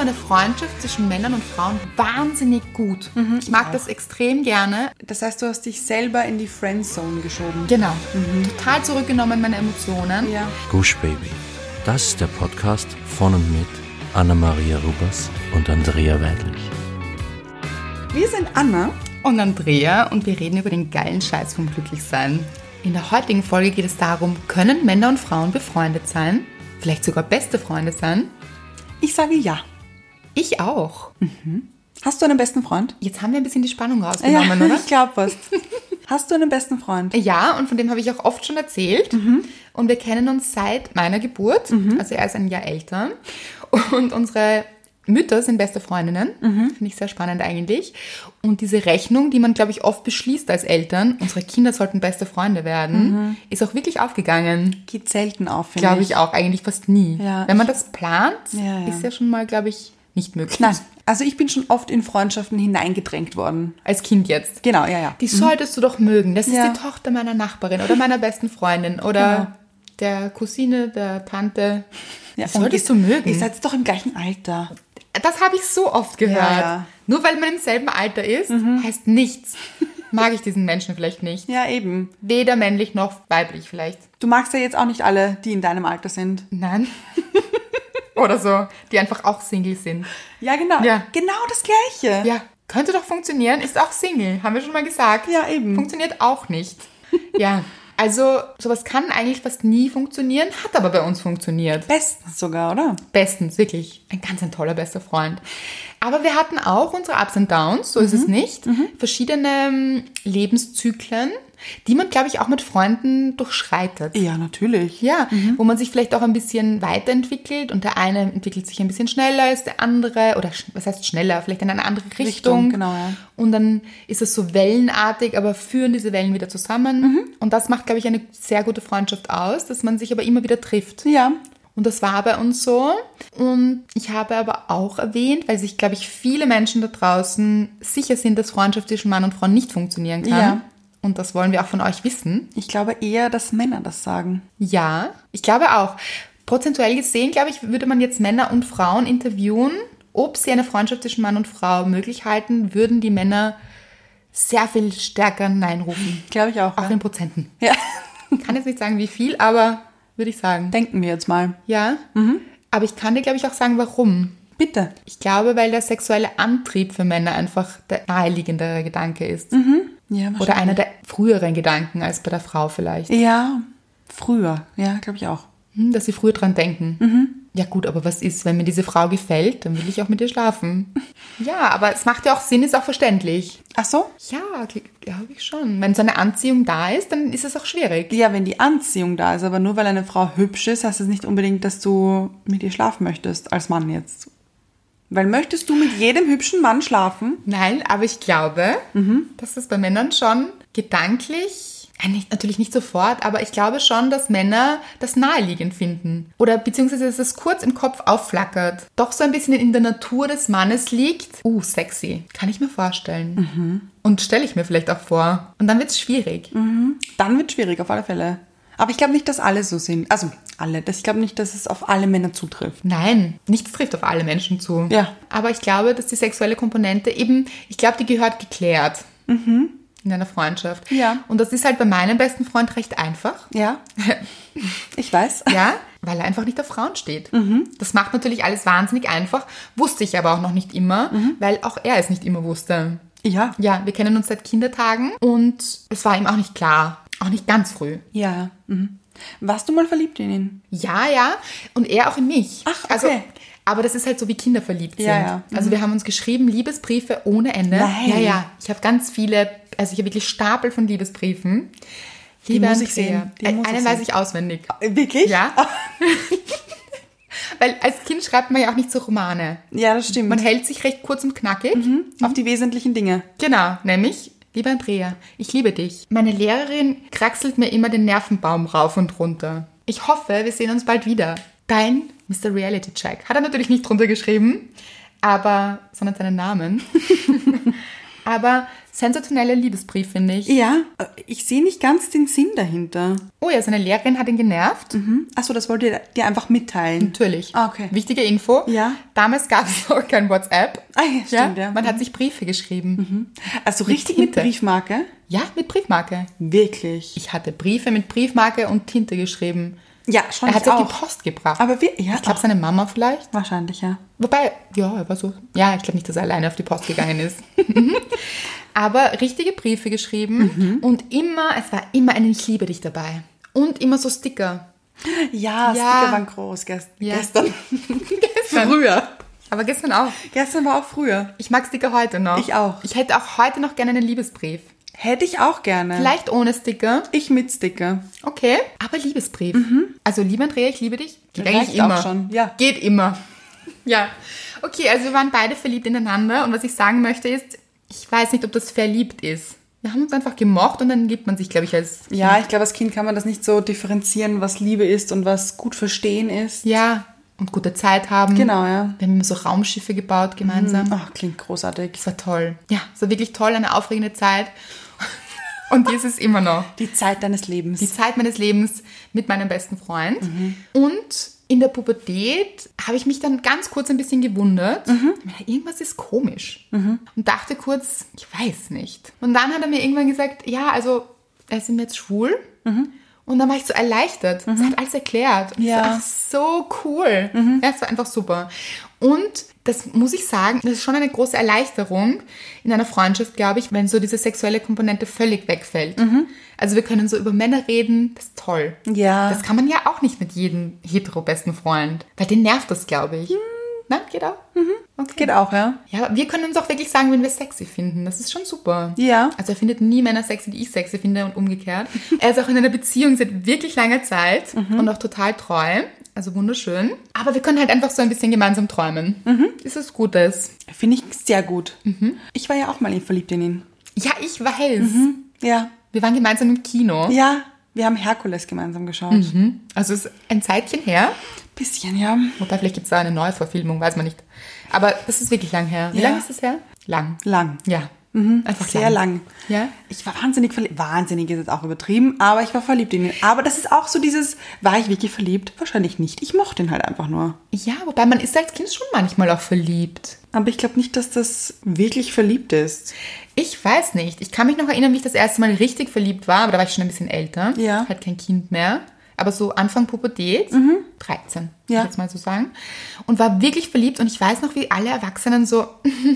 eine Freundschaft zwischen Männern und Frauen wahnsinnig gut. Ich mag das extrem gerne. Das heißt, du hast dich selber in die Friendzone geschoben. Genau. Total zurückgenommen meine Emotionen. Ja. Gush Baby. Das ist der Podcast von und mit Anna-Maria Rubers und Andrea Weidlich. Wir sind Anna. Und Andrea und wir reden über den geilen Scheiß vom Glücklichsein. In der heutigen Folge geht es darum, können Männer und Frauen befreundet sein? Vielleicht sogar beste Freunde sein? Ich sage ja. Ich auch. Hast du einen besten Freund? Jetzt haben wir ein bisschen die Spannung rausgenommen, oder? ich glaube was. Hast du einen besten Freund? Ja, und von dem habe ich auch oft schon erzählt. Mhm. Und wir kennen uns seit meiner Geburt. Also er ist ein Jahr älter. Und unsere Mütter sind beste Freundinnen. Mhm. Finde ich sehr spannend eigentlich. Und diese Rechnung, die man, glaube ich, oft beschließt als Eltern, unsere Kinder sollten beste Freunde Mhm. werden, ist auch wirklich aufgegangen. Geht selten auf, finde Glaube ich auch, eigentlich fast nie. Ja, Wenn man das plant, Ja, ja. ist ja schon mal, glaube ich, nicht möglich. Nein, also ich bin schon oft in Freundschaften hineingedrängt worden. Als Kind jetzt. Genau, ja, ja. die solltest du doch mögen. Das Ja. ist die Tochter meiner Nachbarin oder meiner besten Freundin oder der Cousine, der Tante. Genau. ja das solltest du mögen. Ihr seid doch im gleichen Alter. das habe ich so oft gehört. Ja, ja. Mhm. Nur weil man im selben Alter ist, heißt nichts. Mag ich diesen Menschen vielleicht nicht. Ja, eben. Weder männlich noch weiblich vielleicht. Du magst ja jetzt auch nicht alle, die in deinem Alter sind. Nein. oder so, die einfach auch Single sind. Ja, genau. Ja. Genau das Gleiche. Ja, könnte doch funktionieren, ist auch Single, haben wir schon mal gesagt. Ja, eben. Funktioniert auch nicht. ja, also sowas kann eigentlich fast nie funktionieren, hat aber bei uns funktioniert. Bestens sogar, oder? Bestens, wirklich. Ein ganz ein toller bester Freund. Aber wir hatten auch unsere Ups und Downs, so ist Mhm. es nicht. Verschiedene ähm, Lebenszyklen, die man, glaube ich, auch mit Freunden durchschreitet. Ja, natürlich. Ja, wo man sich vielleicht auch ein bisschen weiterentwickelt und der eine entwickelt sich ein bisschen schneller als der andere oder sch- was heißt schneller, vielleicht in eine andere Richtung. Richtung, genau, ja. Und dann ist es so wellenartig, aber führen diese Wellen wieder zusammen. Mhm. Und das macht, glaube ich, eine sehr gute Freundschaft aus, dass man sich aber immer wieder trifft. Ja. Und das war bei uns so. Und ich habe aber auch erwähnt, weil sich, glaube ich, viele Menschen da draußen sicher sind, dass Freundschaft zwischen Mann und Frau nicht funktionieren kann. Ja. Und das wollen wir auch von euch wissen. Ich glaube eher, dass Männer das sagen. Ja, ich glaube auch. Prozentuell gesehen, glaube ich, würde man jetzt Männer und Frauen interviewen, ob sie eine Freundschaft zwischen Mann und Frau möglich halten, würden die Männer sehr viel stärker Nein rufen. Glaube ich auch. Auch in Prozenten. Ja. Ich kann jetzt nicht sagen, wie viel, aber würde ich sagen. Denken wir jetzt mal. Ja. Aber ich kann dir, glaube ich, auch sagen, warum. Bitte. Ich glaube, weil der sexuelle Antrieb für Männer einfach der naheliegendere Gedanke ist. Ja, Oder einer der früheren Gedanken als bei der Frau vielleicht. Ja, früher. Ja, glaube ich auch. Hm, dass sie früher dran denken. Ja gut, aber was ist, wenn mir diese Frau gefällt, dann will ich auch mit ihr schlafen. Ja, aber es macht ja auch Sinn, ist auch verständlich. Ach so? Ja, gl- glaube ich schon. Wenn so eine Anziehung da ist, dann ist es auch schwierig. Ja, wenn die Anziehung da ist, aber nur weil eine Frau hübsch ist, heißt das nicht unbedingt, dass du mit ihr schlafen möchtest, als Mann jetzt. Weil möchtest du mit jedem hübschen Mann schlafen? Nein, aber ich glaube, Mhm. dass das bei Männern schon gedanklich, ja, nicht, natürlich nicht sofort, aber ich glaube schon, dass Männer das naheliegend finden. Oder beziehungsweise, dass es kurz im Kopf aufflackert. Doch so ein bisschen in der Natur des Mannes liegt. Uh, sexy. Kann ich mir vorstellen. Mhm. Und stelle ich mir vielleicht auch vor. Und dann wird es schwierig. Dann wird schwierig, auf alle Fälle. Aber ich glaube nicht, dass alle so sind. Also alle. Das, ich glaube nicht, dass es auf alle Männer zutrifft. Nein, nichts trifft auf alle Menschen zu. Ja. Aber ich glaube, dass die sexuelle Komponente eben, ich glaube, die gehört geklärt. In einer Freundschaft. Mhm. Ja. Und das ist halt bei meinem besten Freund recht einfach. Ja. ich weiß. Ja, weil er einfach nicht auf Frauen steht. Mhm. Das macht natürlich alles wahnsinnig einfach, wusste ich aber auch noch nicht immer, Mhm. weil auch er es nicht immer wusste. Ja. Ja, wir kennen uns seit Kindertagen und es war ihm auch nicht klar. Auch nicht ganz früh. Ja. Mhm. Warst du mal verliebt in ihn? Ja, ja. Und er auch in mich. Ach, okay. Also, aber das ist halt so, wie Kinder verliebt sind. Ja, ja. Mhm. Also wir haben uns geschrieben, Liebesbriefe ohne Ende. Nein. Ja, ja. Ich habe ganz viele, also ich habe wirklich Stapel von Liebesbriefen. Die muss ich sehen. Die muss ich Einen sehen. weiß ich auswendig. Wirklich? Ja. Ah. Weil als Kind schreibt man ja auch nicht so Romane. Ja, das stimmt. Man hält sich recht kurz und knackig. auf die wesentlichen Dinge. Genau, nämlich, lieber Andrea, ich liebe dich. Meine Lehrerin kraxelt mir immer den Nervenbaum rauf und runter. Ich hoffe, wir sehen uns bald wieder. Dein Mr. Reality Check. Hat er natürlich nicht drunter geschrieben, aber, sondern seinen Namen. aber sensationeller Liebesbrief, finde ich. Ja, äh, ich sehe nicht ganz den Sinn dahinter. Oh ja, seine Lehrerin hat ihn genervt. Achso, das wollt ihr dir einfach mitteilen. Natürlich. Mhm. Ah, okay. Wichtige Info. Ja. Damals gab es noch kein WhatsApp. Ah, ja, stimmt, ja. Man hat sich Briefe geschrieben. Also richtig mit Tinte. Briefmarke? Ja, mit Briefmarke. Wirklich. Ich hatte Briefe mit Briefmarke und Tinte geschrieben. Ja, schon er hat ich sie auf auch. die Post gebracht. Aber wir, ja, ich glaube, seine Mama vielleicht. auch. wahrscheinlich, ja. Wobei, ja, er war so. Ja, ich glaube nicht, dass er alleine auf die Post gegangen ist. Mhm. Aber richtige Briefe Mhm. geschrieben und immer, es war immer ein Ich liebe dich dabei. Und immer so Sticker. Ja, Sticker waren groß gest Ja. gestern. Gestern. früher. Aber gestern auch. Gestern war auch früher. Ich mag Sticker heute noch. Ich auch. Ich hätte auch heute noch gerne einen Liebesbrief. Hätte ich auch gerne. Vielleicht ohne Sticker. Ich mit Sticker. Okay. Aber Liebesbrief. Also, liebe Andrea, ich liebe dich. Geht Reicht eigentlich immer. auch schon, ja. Geht immer. ja. Okay, also wir waren beide verliebt ineinander. Und was ich sagen möchte ist, ich weiß nicht, ob das verliebt ist. Wir haben uns einfach gemocht und dann liebt man sich, glaube ich, als... Ja, ich glaube, als Kind kann man das nicht so differenzieren, was Liebe ist und was gut verstehen ist. Ja. Und gute Zeit haben. Genau, ja. Wir haben immer so Raumschiffe gebaut gemeinsam. Ach, klingt großartig. Es war toll. Ja, es war wirklich toll, eine aufregende Zeit. Und die ist es immer noch. Die Zeit deines Lebens. die Zeit meines Lebens mit meinem besten Freund. Und in der Pubertät habe ich mich dann ganz kurz ein bisschen gewundert. Ich meine, Irgendwas ist komisch. Und dachte kurz, ich weiß nicht. Und dann hat er mir irgendwann gesagt, ja, also er sind jetzt schwul. Und dann war ich so erleichtert. Es hat alles erklärt. Und Mhm. Ja. Mhm. ich so, ach, so cool. Ja, es war einfach super. Und das muss ich sagen, das ist schon eine große Erleichterung in einer Freundschaft, glaube ich, wenn so diese sexuelle Komponente völlig wegfällt. Mhm. Also wir können so über Männer reden, das ist toll. Ja. Das kann man ja auch nicht mit jedem hetero-besten Freund, weil den nervt das, glaube Hm. ich. Na, geht auch? Okay. Geht auch, ja. Ja, aber wir können uns auch wirklich sagen, wenn wir sexy finden. Das ist schon super. Ja. Also er findet nie Männer sexy, die ich sexy finde und umgekehrt. er ist auch in einer Beziehung seit wirklich langer Zeit Mhm. und auch total treu. Also wunderschön. Aber wir können halt einfach so ein bisschen gemeinsam träumen. Mhm. Ist was Gutes. Finde ich sehr gut. Mhm. Ich war ja auch mal verliebt in ihn. Ja, ich weiß. Ja. Wir waren gemeinsam im Kino. Mhm. Ja, wir haben Herkules gemeinsam geschaut. Mhm. Also es ist ein Zeitchen her. Bisschen, ja. Wobei vielleicht gibt es da eine neue Verfilmung, weiß man nicht. Aber das ist wirklich lang her. Wie Ja. lang ist es her? Lang. Lang. Mhm. Ja. Einfach Sehr lang. Ja. Ich war wahnsinnig verliebt. Wahnsinnig ist jetzt auch übertrieben, aber ich war verliebt in ihn. Aber das ist auch so dieses, war ich wirklich verliebt? Wahrscheinlich nicht. Ich mochte ihn halt einfach nur. Ja, wobei man ist als Kind schon manchmal auch verliebt. Aber ich glaube nicht, dass das wirklich verliebt ist. Ich weiß nicht. Ich kann mich noch erinnern, wie ich das erste Mal richtig verliebt war, aber da war ich schon ein bisschen älter. Ja. Halt kein Kind mehr. Aber so Anfang Pubertät, 13, ja. Ja. ich jetzt mal so sagen. Und war wirklich verliebt und ich weiß noch, wie alle Erwachsenen so,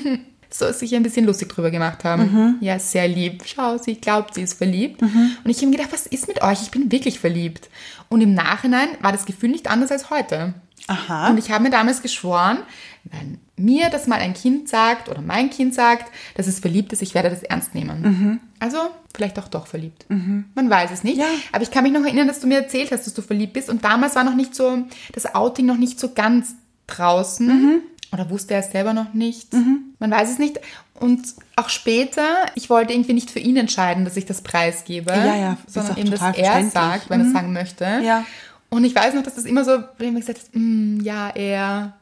so sich ein bisschen lustig drüber gemacht haben. Ja, sehr lieb. Schau, sie glaubt, sie ist verliebt. Und ich habe mir gedacht, was ist mit euch? Ich bin wirklich verliebt. Und im Nachhinein war das Gefühl nicht anders als heute. Aha. Und ich habe mir damals geschworen, wenn mir das mal ein Kind sagt oder mein Kind sagt, dass es verliebt ist, ich werde das ernst nehmen. Also vielleicht auch doch verliebt. Man weiß es nicht. Mhm. Ja. Aber ich kann mich noch erinnern, dass du mir erzählt hast, dass du verliebt bist. Und damals war noch nicht so, das Outing noch nicht so ganz draußen. Mhm. Oder wusste er es selber noch nicht. Man weiß es nicht. Und auch später, ich wollte irgendwie nicht für ihn entscheiden, dass ich das preisgebe. Ja, ja, ist Sondern auch eben, total dass er verständlich. sagt, wenn er es sagen möchte. Ja. Und ich weiß noch, dass das immer so, wenn mir gesagt hast, "Mm, ja, er.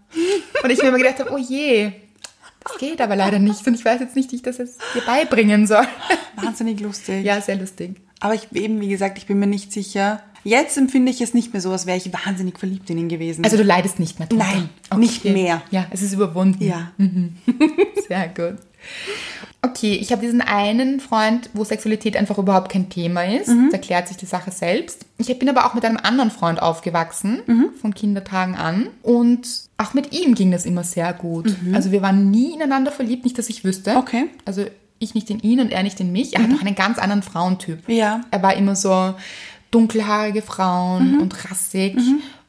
Und ich mir immer gedacht habe, oh je, das geht aber leider nicht. Und ich weiß jetzt nicht, wie ich das jetzt dir beibringen soll. Wahnsinnig lustig. Ja, sehr lustig. Aber ich eben, wie gesagt, ich bin mir nicht sicher. Jetzt empfinde ich es nicht mehr so, als wäre ich wahnsinnig verliebt in ihn gewesen. Also du leidest nicht mehr drunter. Nein, nicht mehr. Ja, es ist überwunden. ja. Sehr gut. Okay, ich habe diesen einen Freund, wo Sexualität einfach überhaupt kein Thema ist. Mhm. Da klärt sich die Sache selbst. Ich bin aber auch mit einem anderen Freund aufgewachsen, Mhm. von Kindertagen an. Und auch mit ihm ging das immer sehr gut. Also wir waren nie ineinander verliebt, nicht, dass ich wüsste. Mhm. Okay. Mhm. Also ich nicht in ihn und er nicht in mich. Er hat auch einen ganz anderen Frauentyp. Ja. Mhm. Er war immer so dunkelhaarige Frauen und rassig.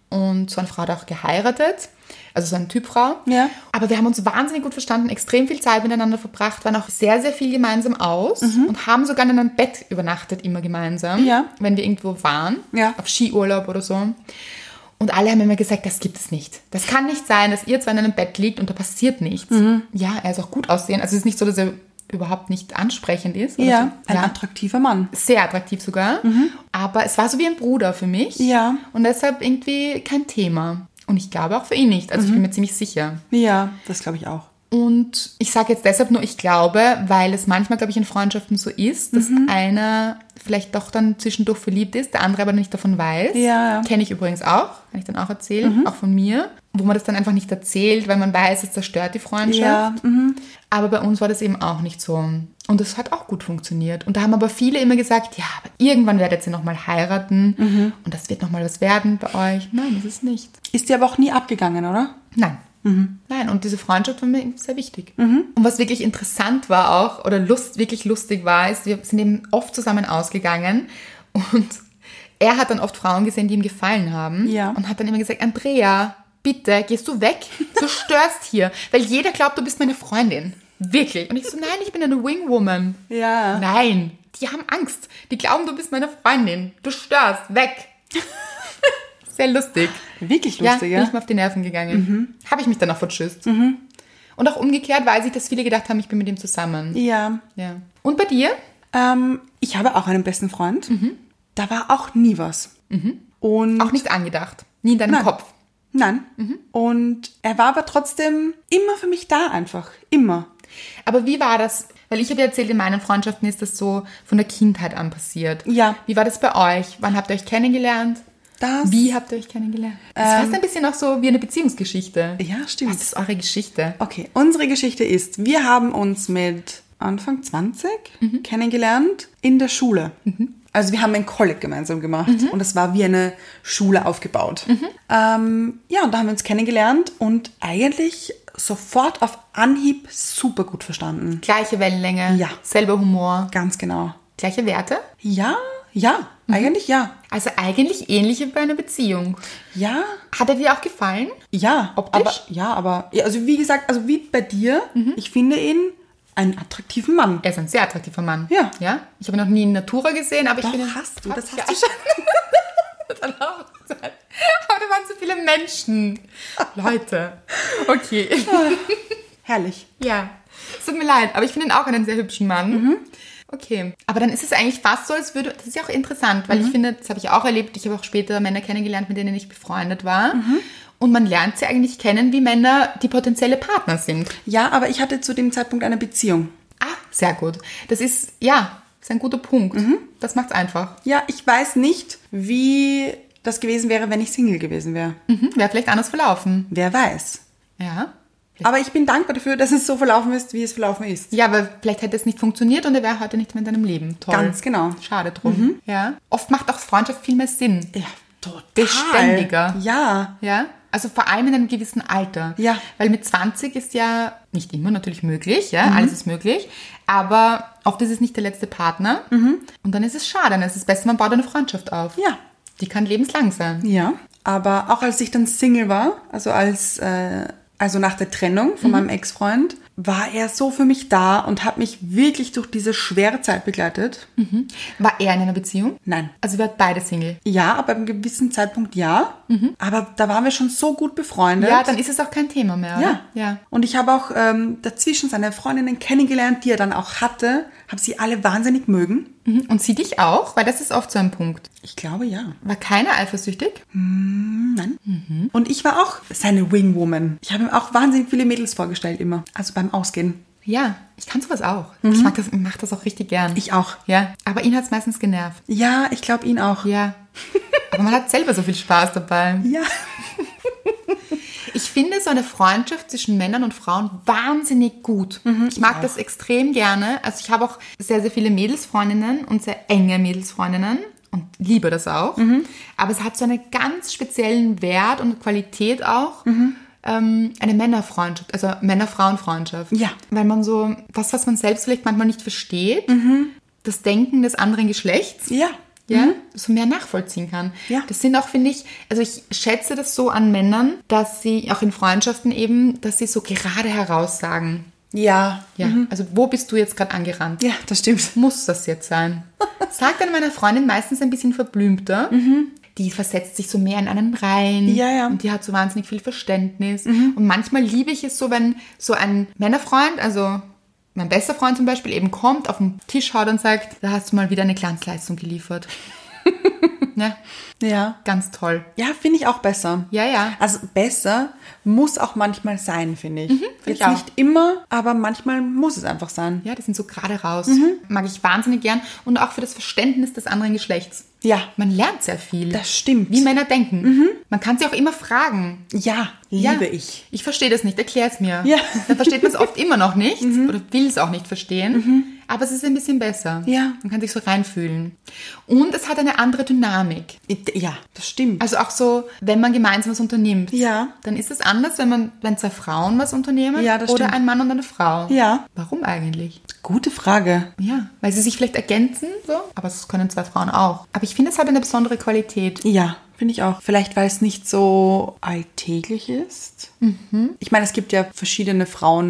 Und so eine Frau hat auch geheiratet. Also so eine Typfrau. Ja. Aber wir haben uns wahnsinnig gut verstanden, extrem viel Zeit miteinander verbracht, waren auch sehr, sehr viel gemeinsam aus und haben sogar in einem Bett übernachtet, immer gemeinsam, Mhm. Ja. wenn wir irgendwo waren, Ja. auf Skiurlaub oder so. Und alle haben immer gesagt, das gibt es nicht. Das kann nicht sein, dass ihr zwei in einem Bett liegt und da passiert nichts. Mhm. Ja, er ist auch gut aussehen. Also es ist nicht so, dass er überhaupt nicht ansprechend ist. oder Ja. so. Ein attraktiver Mann. Sehr attraktiv sogar. Aber es war so wie ein Bruder für mich. Ja. Und deshalb Mhm. irgendwie kein Thema. Und ich glaube auch für ihn nicht. Also ich bin mir ziemlich sicher. Ja, das glaube ich auch. Und ich sage jetzt deshalb nur, ich glaube, weil es manchmal, glaube ich, in Freundschaften so ist, dass Mhm. einer vielleicht doch dann zwischendurch verliebt ist, der andere aber nicht davon weiß. Ja, Mhm. ja. Kenne ich übrigens auch, kann ich dann auch erzählen, auch von mir. Wo man das dann einfach nicht erzählt, weil man weiß, es zerstört die Freundschaft. Ja, mhm. Aber bei uns war das eben auch nicht so. Und das hat auch gut funktioniert. Und da haben aber viele immer gesagt, ja, aber irgendwann werdet ihr nochmal heiraten Mhm. und das wird nochmal was werden bei euch. Nein, ist es nicht. Ist dir aber auch nie abgegangen, oder? Nein. Mhm. Nein, und diese Freundschaft war mir sehr wichtig. Und was wirklich interessant war auch, oder lust, wirklich lustig war, ist, wir sind eben oft zusammen ausgegangen und er hat dann oft Frauen gesehen, die ihm gefallen haben Ja. und hat dann immer gesagt, Andrea, bitte, gehst du weg? Du störst hier, weil jeder glaubt, du bist meine Freundin. Wirklich. Und ich so, nein, ich bin eine Wingwoman. Ja. Nein, die haben Angst. Die glauben, du bist meine Freundin. Du störst, weg. Sehr lustig. Wirklich lustig, Ja, ja. Mhm. bin ich mal auf die Nerven gegangen. Habe ich mich dann auch verschüsst. Und auch umgekehrt weiß ich, dass viele gedacht haben, ich bin mit ihm zusammen. Ja. Ja. Und bei dir? Ähm, ich habe auch einen besten Freund. Da war auch nie was. Und Mhm. Auch nicht angedacht. Nie in deinem Nein. Kopf. Mhm. Nein. Und er war aber trotzdem immer für mich da einfach. Immer. Aber wie war das? Weil ich habe ja erzählt, in meinen Freundschaften ist das so von der Kindheit an passiert. Ja. Wie war das bei euch? Wann habt ihr euch kennengelernt? Das. Wie habt ihr euch kennengelernt? Das war fast ein bisschen auch so wie eine Beziehungsgeschichte. Ähm. Ja, stimmt. Was ist eure Geschichte? Okay, unsere Geschichte ist, wir haben uns mit Anfang 20 kennengelernt in der Schule. Also wir haben ein Kolleg gemeinsam gemacht und das war wie eine Schule aufgebaut. Ähm, ja, und da haben wir uns kennengelernt und eigentlich sofort auf Anhieb super gut verstanden. Gleiche Wellenlänge. Ja. Selber Humor. Ganz genau. Gleiche Werte. Ja, ja, eigentlich ja. Also eigentlich ähnlich wie bei einer Beziehung. Ja, Hat er dir auch gefallen? Ja, Optisch? aber ja, aber ja, also wie gesagt, also wie bei dir, ich finde ihn einen attraktiven Mann. Er ist ein sehr attraktiver Mann. Ja. Ja? Ich habe ihn noch nie in Natura gesehen, aber ich Doch, finde. hast du, das Ja. hast du schon. Dann auch gesagt. Aber da waren so viele Menschen. Leute. Okay. Herrlich. ja. Es tut mir leid, aber ich finde ihn auch einen sehr hübschen Mann. Mhm. Okay. Aber dann ist es eigentlich fast so, als würde. Das ist ja auch interessant, Mhm. weil ich finde, das habe ich auch erlebt. Ich habe auch später Männer kennengelernt, mit denen ich befreundet war. Mhm. Und man lernt sie eigentlich kennen, wie Männer, die potenzielle Partner sind. Ja, aber ich hatte zu dem Zeitpunkt eine Beziehung. Ah, sehr gut. Das ist, ja, ist ein guter Punkt. Mhm. Das macht's einfach. Ja, ich weiß nicht, wie das gewesen wäre, wenn ich Single gewesen wäre. Mhm. Wäre vielleicht anders verlaufen. Wer weiß. Ja. Aber ich bin dankbar dafür, dass es so verlaufen ist, wie es verlaufen ist. Ja, aber vielleicht hätte es nicht funktioniert und er wäre heute nicht mehr in deinem Leben. Toll. Ganz genau. Schade drum. Ja. Oft macht auch Freundschaft viel mehr Sinn. Ja, total. Beständiger. Ja. Ja. Also vor allem in einem gewissen Alter. Ja. Weil mit 20 ist ja nicht immer natürlich möglich, ja, Mhm. alles ist möglich. Aber oft ist es nicht der letzte Partner. Und dann ist es schade. Dann ist es besser, man baut eine Freundschaft auf. Mhm. Ja. Die kann lebenslang sein. Ja, aber auch als ich dann Single war, also als äh, also nach der Trennung von meinem Ex-Freund, war er so für mich da und hat mich wirklich durch diese schwere Zeit begleitet. War er in einer Beziehung? Nein. Also wir waren beide Single. Ja, aber ab einem gewissen Zeitpunkt ja. Aber da waren wir schon so gut befreundet. Ja, dann ist es auch kein Thema mehr, ja. oder? Ja. Und ich habe auch ähm, dazwischen seine Freundinnen kennengelernt, die er dann auch hatte. Habe sie alle wahnsinnig mögen. Mhm. Und sie dich auch? Weil das ist oft so ein Punkt. Ich glaube ja. War keiner eifersüchtig? Nein. Mhm. Und ich war auch seine Wingwoman. Ich habe ihm auch wahnsinnig viele Mädels vorgestellt immer. Also beim Ausgehen. Ja, ich kann sowas auch. Ich mag das, mach das auch richtig gern. Mhm. Ich auch. Ja, aber ihn hat's meistens genervt. Ja, ich glaube ihn auch. Ja. aber man hat selber so viel Spaß dabei. Ja. Ich finde so eine Freundschaft zwischen Männern und Frauen wahnsinnig gut. Mhm, ich mag das extrem gerne. Also ich habe auch sehr, sehr viele Mädelsfreundinnen und sehr enge Mädelsfreundinnen und liebe das auch. Mhm. Aber es hat so einen ganz speziellen Wert und Qualität auch. Mhm. Ähm, eine Männerfreundschaft, also Männer-Frauen-Freundschaft. Ja. Weil man so, das, was man selbst vielleicht manchmal nicht versteht, Mhm. das Denken des anderen Geschlechts, Ja. ja, so mehr nachvollziehen kann. Ja. Das sind auch, finde ich, also ich schätze das so an Männern, dass sie auch in Freundschaften eben, dass sie so gerade heraus sagen. Ja. Ja, also wo bist du jetzt gerade angerannt? Ja, das stimmt. Muss das jetzt sein? Sagt dann meiner Freundin meistens ein bisschen verblümter. Die versetzt sich so mehr in einen rein. Mhm. Ja, Mhm. ja. Und die hat so wahnsinnig viel Verständnis. Und manchmal liebe ich es so, wenn so ein Männerfreund, also mein bester Freund zum Beispiel, eben kommt, auf den Tisch haut und sagt, da hast du mal wieder eine Glanzleistung geliefert. Ja, Ja. ganz toll. Ja, finde ich auch besser. Ja, ja. Also besser muss auch manchmal sein, finde ich. Jetzt Mhm, ich auch. nicht immer, aber manchmal muss es einfach sein. Ja, die sind so gerade raus. Mhm. Mag ich wahnsinnig gern. Und auch für das Verständnis des anderen Geschlechts. Ja. Man lernt sehr viel. Das stimmt. Wie Männer denken. Man kann sie auch immer fragen. Ja, Mhm. liebe ja, ich. Ich verstehe das nicht, erklär es mir. Ja. Mhm. Dann versteht man es oft immer noch nicht oder will es auch nicht verstehen. Aber es ist ein bisschen besser. Ja. Man kann sich so reinfühlen. Und es hat eine andere Dynamik. Ja, das stimmt. Also auch so, wenn man gemeinsam was unternimmt. Ja. Dann ist es anders, wenn man, wenn zwei Frauen was unternehmen Ja, das oder stimmt. ein Mann und eine Frau. Ja. Warum eigentlich? Gute Frage. Ja, weil sie sich vielleicht ergänzen, so, aber es können zwei Frauen auch. Aber ich finde, es hat eine besondere Qualität. Ja, finde ich auch. Vielleicht, weil es nicht so alltäglich ist. Mhm. Ich meine, es gibt ja verschiedene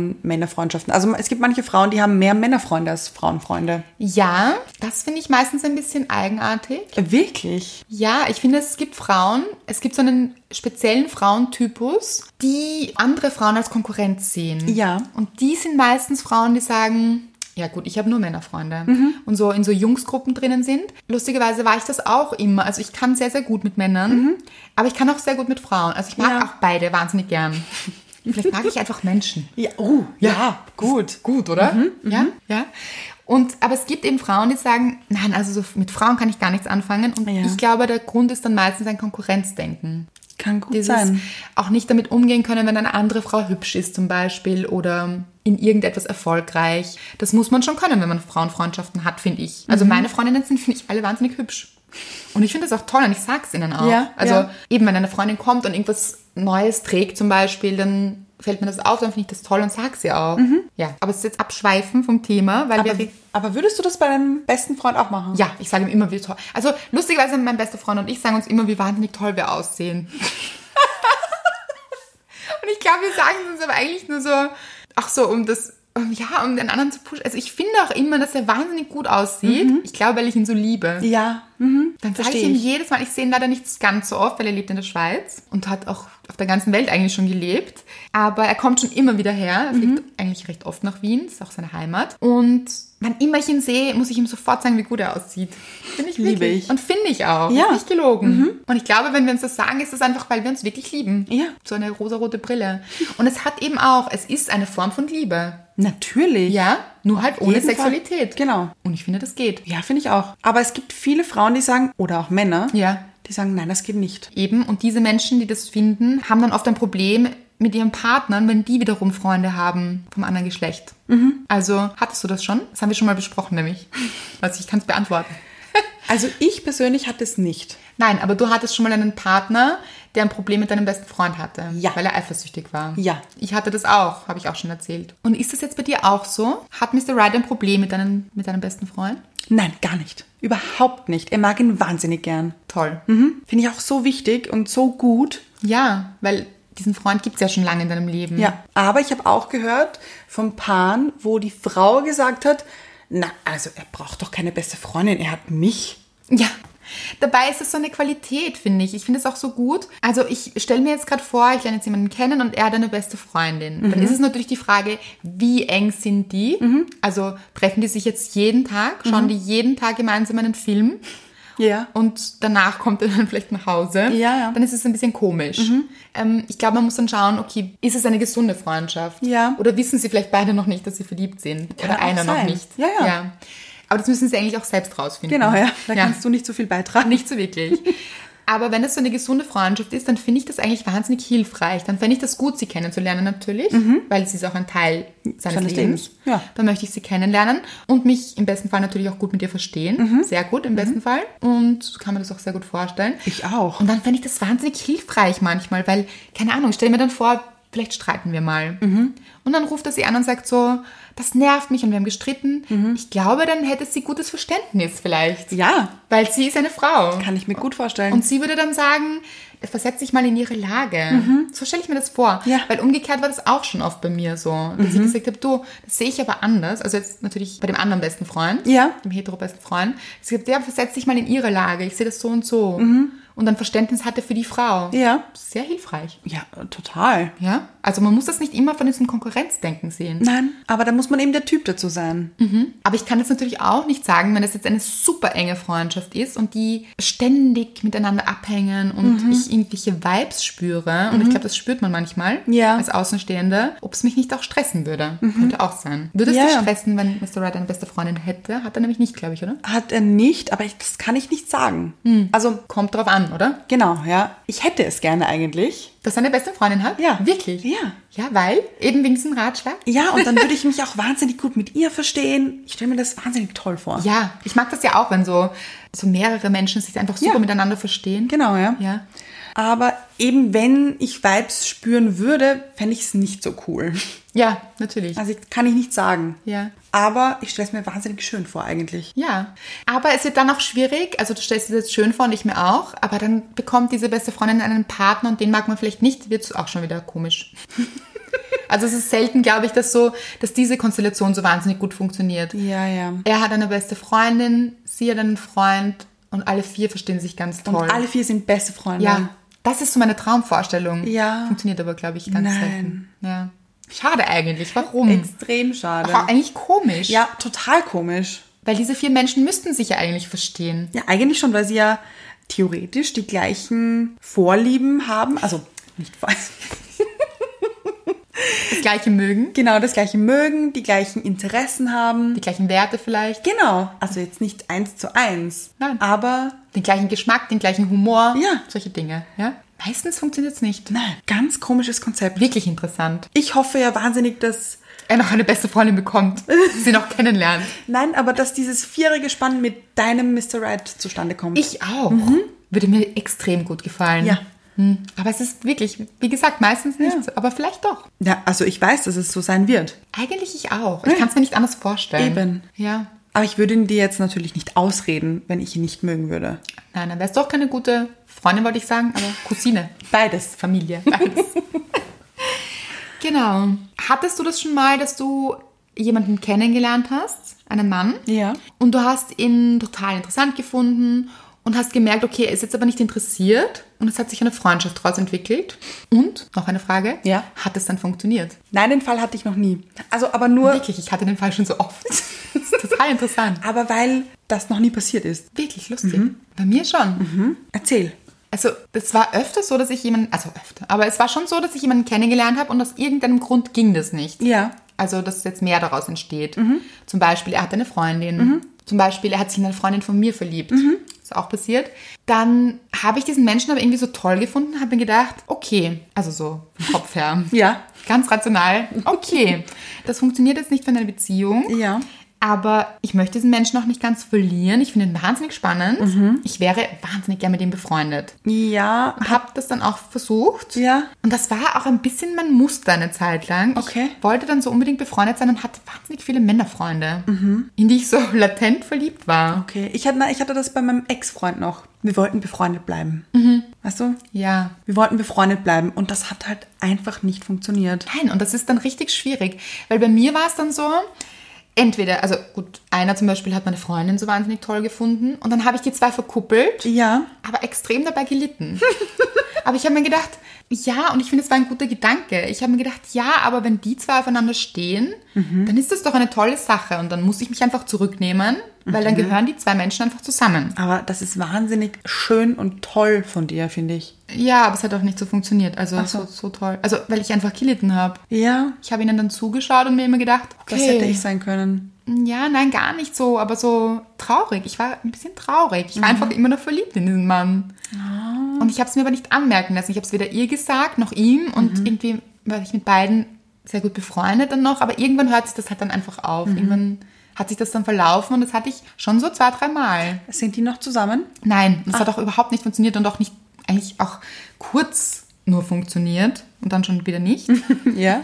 Frauen-Männer-Freundschaften. Also es gibt manche Frauen, die haben mehr Männerfreunde als Frauenfreunde. Ja, das finde ich meistens ein bisschen eigenartig. Wirklich? Ja, ich finde, es gibt Frauen, es gibt so einen speziellen Frauentypus, die andere Frauen als Konkurrenz sehen. Ja. Und die sind meistens Frauen, die sagen, ja gut, ich habe nur Männerfreunde. Mhm. Und so in so Jungsgruppen drinnen sind. Lustigerweise war ich das auch immer. Also ich kann sehr, sehr gut mit Männern, aber ich kann auch sehr gut mit Frauen. Also ich mag Mhm. Ja. auch beide wahnsinnig gern. Vielleicht mag ich einfach Menschen. Ja, oh, ja, gut. Gut, oder? ja, ja. Und, aber es gibt eben Frauen, die sagen, nein, also so mit Frauen kann ich gar nichts anfangen. Und Ja. ich glaube, der Grund ist dann meistens ein Konkurrenzdenken. Kann gut Dieses sein. auch nicht damit umgehen können, wenn eine andere Frau hübsch ist zum Beispiel oder in irgendetwas erfolgreich. Das muss man schon können, wenn man Frauenfreundschaften hat, finde ich. Mhm. Also meine Freundinnen sind, finde ich, alle wahnsinnig hübsch. Und ich finde das auch toll und ich sag's ihnen auch. Ja, also ja. eben, wenn eine Freundin kommt und irgendwas Neues trägt zum Beispiel, dann fällt mir das auf, dann finde ich das toll und sag's ihr auch. Ja, aber es ist jetzt abschweifen vom Thema, weil Mhm. Aber, wir... aber würdest du das bei deinem besten Freund auch machen? Ja, ich sage ihm immer, wie toll... Also lustigerweise, mein bester Freund und ich sagen uns immer, wie wahnsinnig toll wir aussehen. Und ich glaube, wir sagen es uns aber eigentlich nur so, ach so, um das, um, ja, um den anderen zu pushen. Also ich finde auch immer, dass er wahnsinnig gut aussieht. Ich glaube, weil ich ihn so liebe. Ja. Mhm. Dann sage ich verstehe ihm ich. jedes Mal, ich sehe ihn leider nicht ganz so oft, weil er lebt in der Schweiz und hat auch auf der ganzen Welt eigentlich schon gelebt. Aber er kommt schon immer wieder her, er Mhm. fliegt eigentlich recht oft nach Wien, ist auch seine Heimat. Und wann immer ich ihn sehe, muss ich ihm sofort sagen, wie gut er aussieht. Finde ich Liebe wirklich. ich. Und finde ich auch. Ja. Mhm. Ist nicht gelogen. Und ich glaube, wenn wir uns das sagen, ist das einfach, weil wir uns wirklich lieben. Ja. So eine rosarote Brille. Und es hat eben auch, es ist eine Form von Liebe. Natürlich. Ja, nur halt ohne jeden Fall. Sexualität. Genau. Und ich finde, das geht. Ja, finde ich auch. Aber es gibt viele Frauen, die sagen, oder auch Männer, Ja. die sagen, nein, das geht nicht. Eben, und diese Menschen, die das finden, haben dann oft ein Problem mit ihren Partnern, wenn die wiederum Freunde haben vom anderen Geschlecht. Mhm. Also, hattest du das schon? Das haben wir schon mal besprochen, nämlich. Also, ich kann es beantworten. Also ich persönlich hatte es nicht. Nein, aber du hattest schon mal einen Partner, der ein Problem mit deinem besten Freund hatte, Ja. weil er eifersüchtig war. Ja. Ich hatte das auch, habe ich auch schon erzählt. Und ist das jetzt bei dir auch so? Hat Mr. Right ein Problem mit deinem, mit deinem besten Freund? Nein, gar nicht. Überhaupt nicht. Er mag ihn wahnsinnig gern. Toll. Mhm. Finde ich auch so wichtig und so gut. Ja, weil diesen Freund gibt es ja schon lange in deinem Leben. Ja. Aber ich habe auch gehört von Paaren, wo die Frau gesagt hat, na, also er braucht doch keine beste Freundin, er hat mich. Ja. Dabei ist es so eine Qualität, finde ich. Ich finde es auch so gut. Also ich stelle mir jetzt gerade vor, ich lerne jetzt jemanden kennen und er hat eine beste Freundin. Dann Mhm. ist es natürlich die Frage, wie eng sind die? Also treffen die sich jetzt jeden Tag? Mhm. Schauen die jeden Tag gemeinsam einen Film? Ja. Und danach kommt er dann vielleicht nach Hause. Ja, Mhm. ja. Dann ist es ein bisschen komisch. Ähm, ich glaube, man muss dann schauen, okay, ist es eine gesunde Freundschaft? Ja. Oder wissen sie vielleicht beide noch nicht, dass sie verliebt sind? Kann Oder auch einer noch sein. nicht? Ja, ja. Aber das müssen sie eigentlich auch selbst rausfinden. Genau, ja. Da kannst du nicht so viel beitragen. Nicht so wirklich. Aber wenn das so eine gesunde Freundschaft ist, dann finde ich das eigentlich wahnsinnig hilfreich. Dann fände ich das gut, sie kennenzulernen natürlich, weil sie ist auch ein Teil seines Mhm. Seines Lebens. Lebens, ja. Dann möchte ich sie kennenlernen und mich im besten Fall natürlich auch gut mit ihr verstehen. Mhm. Sehr gut im besten Fall. Und kann mir das auch sehr gut vorstellen. Ich auch. Und dann fände ich das wahnsinnig hilfreich manchmal, weil, keine Ahnung, ich stelle mir dann vor, vielleicht streiten wir mal. Mhm. Und dann ruft er sie an und sagt so, das nervt mich und wir haben gestritten. Ich glaube, dann hätte sie gutes Verständnis vielleicht. Mhm. Ja. Weil sie ist eine Frau. Kann ich mir gut vorstellen. Und sie würde dann sagen, versetz dich mal in ihre Lage. So stelle ich mir das vor. Mhm. Ja. Mhm. Weil umgekehrt war das auch schon oft bei mir so. Dass ich gesagt habe, du, das sehe ich aber anders. Also jetzt natürlich bei dem anderen besten Freund, Ja. dem hetero-besten Freund. Ich gesagt, ja, versetz dich mal in ihre Lage. Ich sehe das so und so. Und dann Verständnis hatte für die Frau. Mhm. Ja. Sehr hilfreich. ja, total. Ja? Also man muss das nicht immer von diesem Konkurrenzdenken sehen. Nein, Mhm. aber da muss man eben der Typ dazu sein. Aber ich kann jetzt natürlich auch nicht sagen, wenn das jetzt eine super enge Freundschaft ist und die ständig miteinander abhängen Mhm. und ich irgendwelche Vibes spüre, und ich glaube, das spürt man manchmal Ja. Mhm. als Außenstehende, ob es mich nicht auch stressen würde. Könnte auch sein. Würde es Ja, dich ja. stressen, wenn Mr. Right eine beste Freundin hätte? Hat er nämlich nicht, glaube ich, oder? Hat er nicht, aber ich, das kann ich nicht sagen. Also, Kommt drauf an, oder? genau, ja. Ich hätte es gerne eigentlich. Dass er eine beste Freundin hat? Ja. Wirklich? Ja. Ja, weil? Eben wegen diesem Ratschlag? Ja, und dann würde ich mich auch wahnsinnig gut mit ihr verstehen. Ich stelle mir das wahnsinnig toll vor. Ja, ich mag das ja auch, wenn so, so mehrere Menschen sich einfach super Ja. miteinander verstehen. Genau, ja. Ja. Aber eben wenn ich Vibes spüren würde, fände ich es nicht so cool. Ja, natürlich. Also ich- kann ich nicht sagen. Ja. Aber ich stelle es mir wahnsinnig schön vor eigentlich. Ja, aber es wird dann auch schwierig. Also du stellst dir das jetzt schön vor und ich mir auch. Aber dann bekommt diese beste Freundin einen Partner und den mag man vielleicht nicht, wird es auch schon wieder komisch. also es ist selten, glaube ich, dass so, dass diese Konstellation so wahnsinnig gut funktioniert. Ja, ja. Er hat eine beste Freundin, sie hat einen Freund und alle vier verstehen sich ganz Und toll. alle vier sind beste Freunde. ja, das ist so meine Traumvorstellung. Ja. Funktioniert aber, glaube ich, ganz Nein. selten. Ja. Schade eigentlich. Warum? Extrem schade. Mhm. Ach, eigentlich komisch. Ja, total komisch. Weil diese vier Menschen müssten sich ja eigentlich verstehen. Ja, eigentlich schon, weil sie ja theoretisch die gleichen Vorlieben haben. Also nicht vor Das gleiche mögen. Genau, das gleiche mögen, die gleichen Interessen haben. die gleichen Werte vielleicht, Genau. Also jetzt nicht eins zu eins. Nein. Aber den gleichen Geschmack, den gleichen Humor, Ja. solche Dinge. Ja? Meistens funktioniert es nicht. nein, ganz komisches Konzept. Wirklich interessant. Ich hoffe ja wahnsinnig, dass. Er noch eine beste Freundin bekommt, sie noch kennenlernt. Nein, aber dass dieses vierjährige Gespann mit deinem Mr. Right zustande kommt. Ich auch. Würde mir extrem gut gefallen. Mhm. Ja. Hm. Aber es ist wirklich, wie gesagt, meistens nicht, so, aber vielleicht doch. ja, also ich weiß, dass es so sein wird. Eigentlich ich auch. Ich kann es mir nicht anders vorstellen. Eben. Ja. Aber ich würde ihn dir jetzt natürlich nicht ausreden, wenn ich ihn nicht mögen würde. Nein, dann wäre es doch keine gute Freundin, wollte ich sagen, aber Cousine. Beides. Familie. Beides. genau. Hattest du das schon mal, dass du jemanden kennengelernt hast, einen Mann? Ja. Und du hast ihn total interessant gefunden und hast gemerkt, okay, er ist jetzt aber nicht interessiert und es hat sich eine Freundschaft daraus entwickelt. Und, noch eine Frage, Ja. hat es dann funktioniert? Nein, den Fall hatte ich noch nie. Also aber nur, Wirklich, ich hatte den Fall schon so oft. Das ist total interessant. aber weil das noch nie passiert ist. Hm? Wirklich lustig. Mhm. Bei mir schon. Erzähl. Also, das war öfter so, dass ich jemanden, also öfter, aber es war schon so, dass ich jemanden kennengelernt habe und aus irgendeinem Grund ging das nicht. Ja. Also, dass jetzt mehr daraus entsteht. Mhm. Zum Beispiel, er hat eine Freundin. Zum Beispiel, er hat sich in eine Freundin von mir verliebt. Mhm. Ist auch passiert. Dann habe ich diesen Menschen aber irgendwie so toll gefunden, habe mir gedacht, okay, also so vom Kopf her. Ja. Ganz rational, okay, das funktioniert jetzt nicht für eine Beziehung. Ja. Aber ich möchte diesen Menschen auch nicht ganz verlieren. Ich finde ihn wahnsinnig spannend. Mhm. Ich wäre wahnsinnig gern mit ihm befreundet. Ja. Habe das dann auch versucht. Ja. Und das war auch ein bisschen mein Muster eine Zeit lang. Okay. Ich wollte dann so unbedingt befreundet sein und hatte wahnsinnig viele Männerfreunde, Mhm. in die ich so latent verliebt war. Okay. Ich hatte, na, ich hatte das bei meinem Ex-Freund noch. Wir wollten befreundet bleiben. Mhm. Weißt du? Ja. Wir wollten befreundet bleiben und das hat halt einfach nicht funktioniert. Nein, und das ist dann richtig schwierig, weil bei mir war es dann so, entweder, also gut, einer zum Beispiel hat meine Freundin so wahnsinnig toll gefunden und dann habe ich die zwei verkuppelt. Ja. aber extrem dabei gelitten. aber ich habe mir gedacht, ja, und ich finde, es war ein guter Gedanke. Ich habe mir gedacht, ja, aber wenn die zwei aufeinander stehen, dann ist das doch eine tolle Sache. Und dann muss ich mich einfach zurücknehmen, weil dann gehören die zwei Menschen einfach zusammen. Aber das ist wahnsinnig schön und toll von dir, finde ich. Ja, aber es hat auch nicht so funktioniert. Also so. so. So, toll. Also, weil ich einfach gelitten habe. Ja. Ich habe ihnen dann zugeschaut und mir immer gedacht, okay, Das hätte ich sein können. ja, nein, gar nicht so, aber so traurig. Ich war ein bisschen traurig. Ich war einfach immer noch verliebt in diesen Mann. Und ich habe es mir aber nicht anmerken lassen. Ich habe es weder ihr gesagt noch ihm. Und irgendwie war ich mit beiden sehr gut befreundet dann noch. Aber irgendwann hört sich das halt dann einfach auf. Irgendwann hat sich das dann verlaufen und das hatte ich schon so zwei, dreimal. Sind die noch zusammen? Nein, das hat auch überhaupt nicht funktioniert und auch nicht, eigentlich auch kurz nur funktioniert und dann schon wieder nicht. Ja.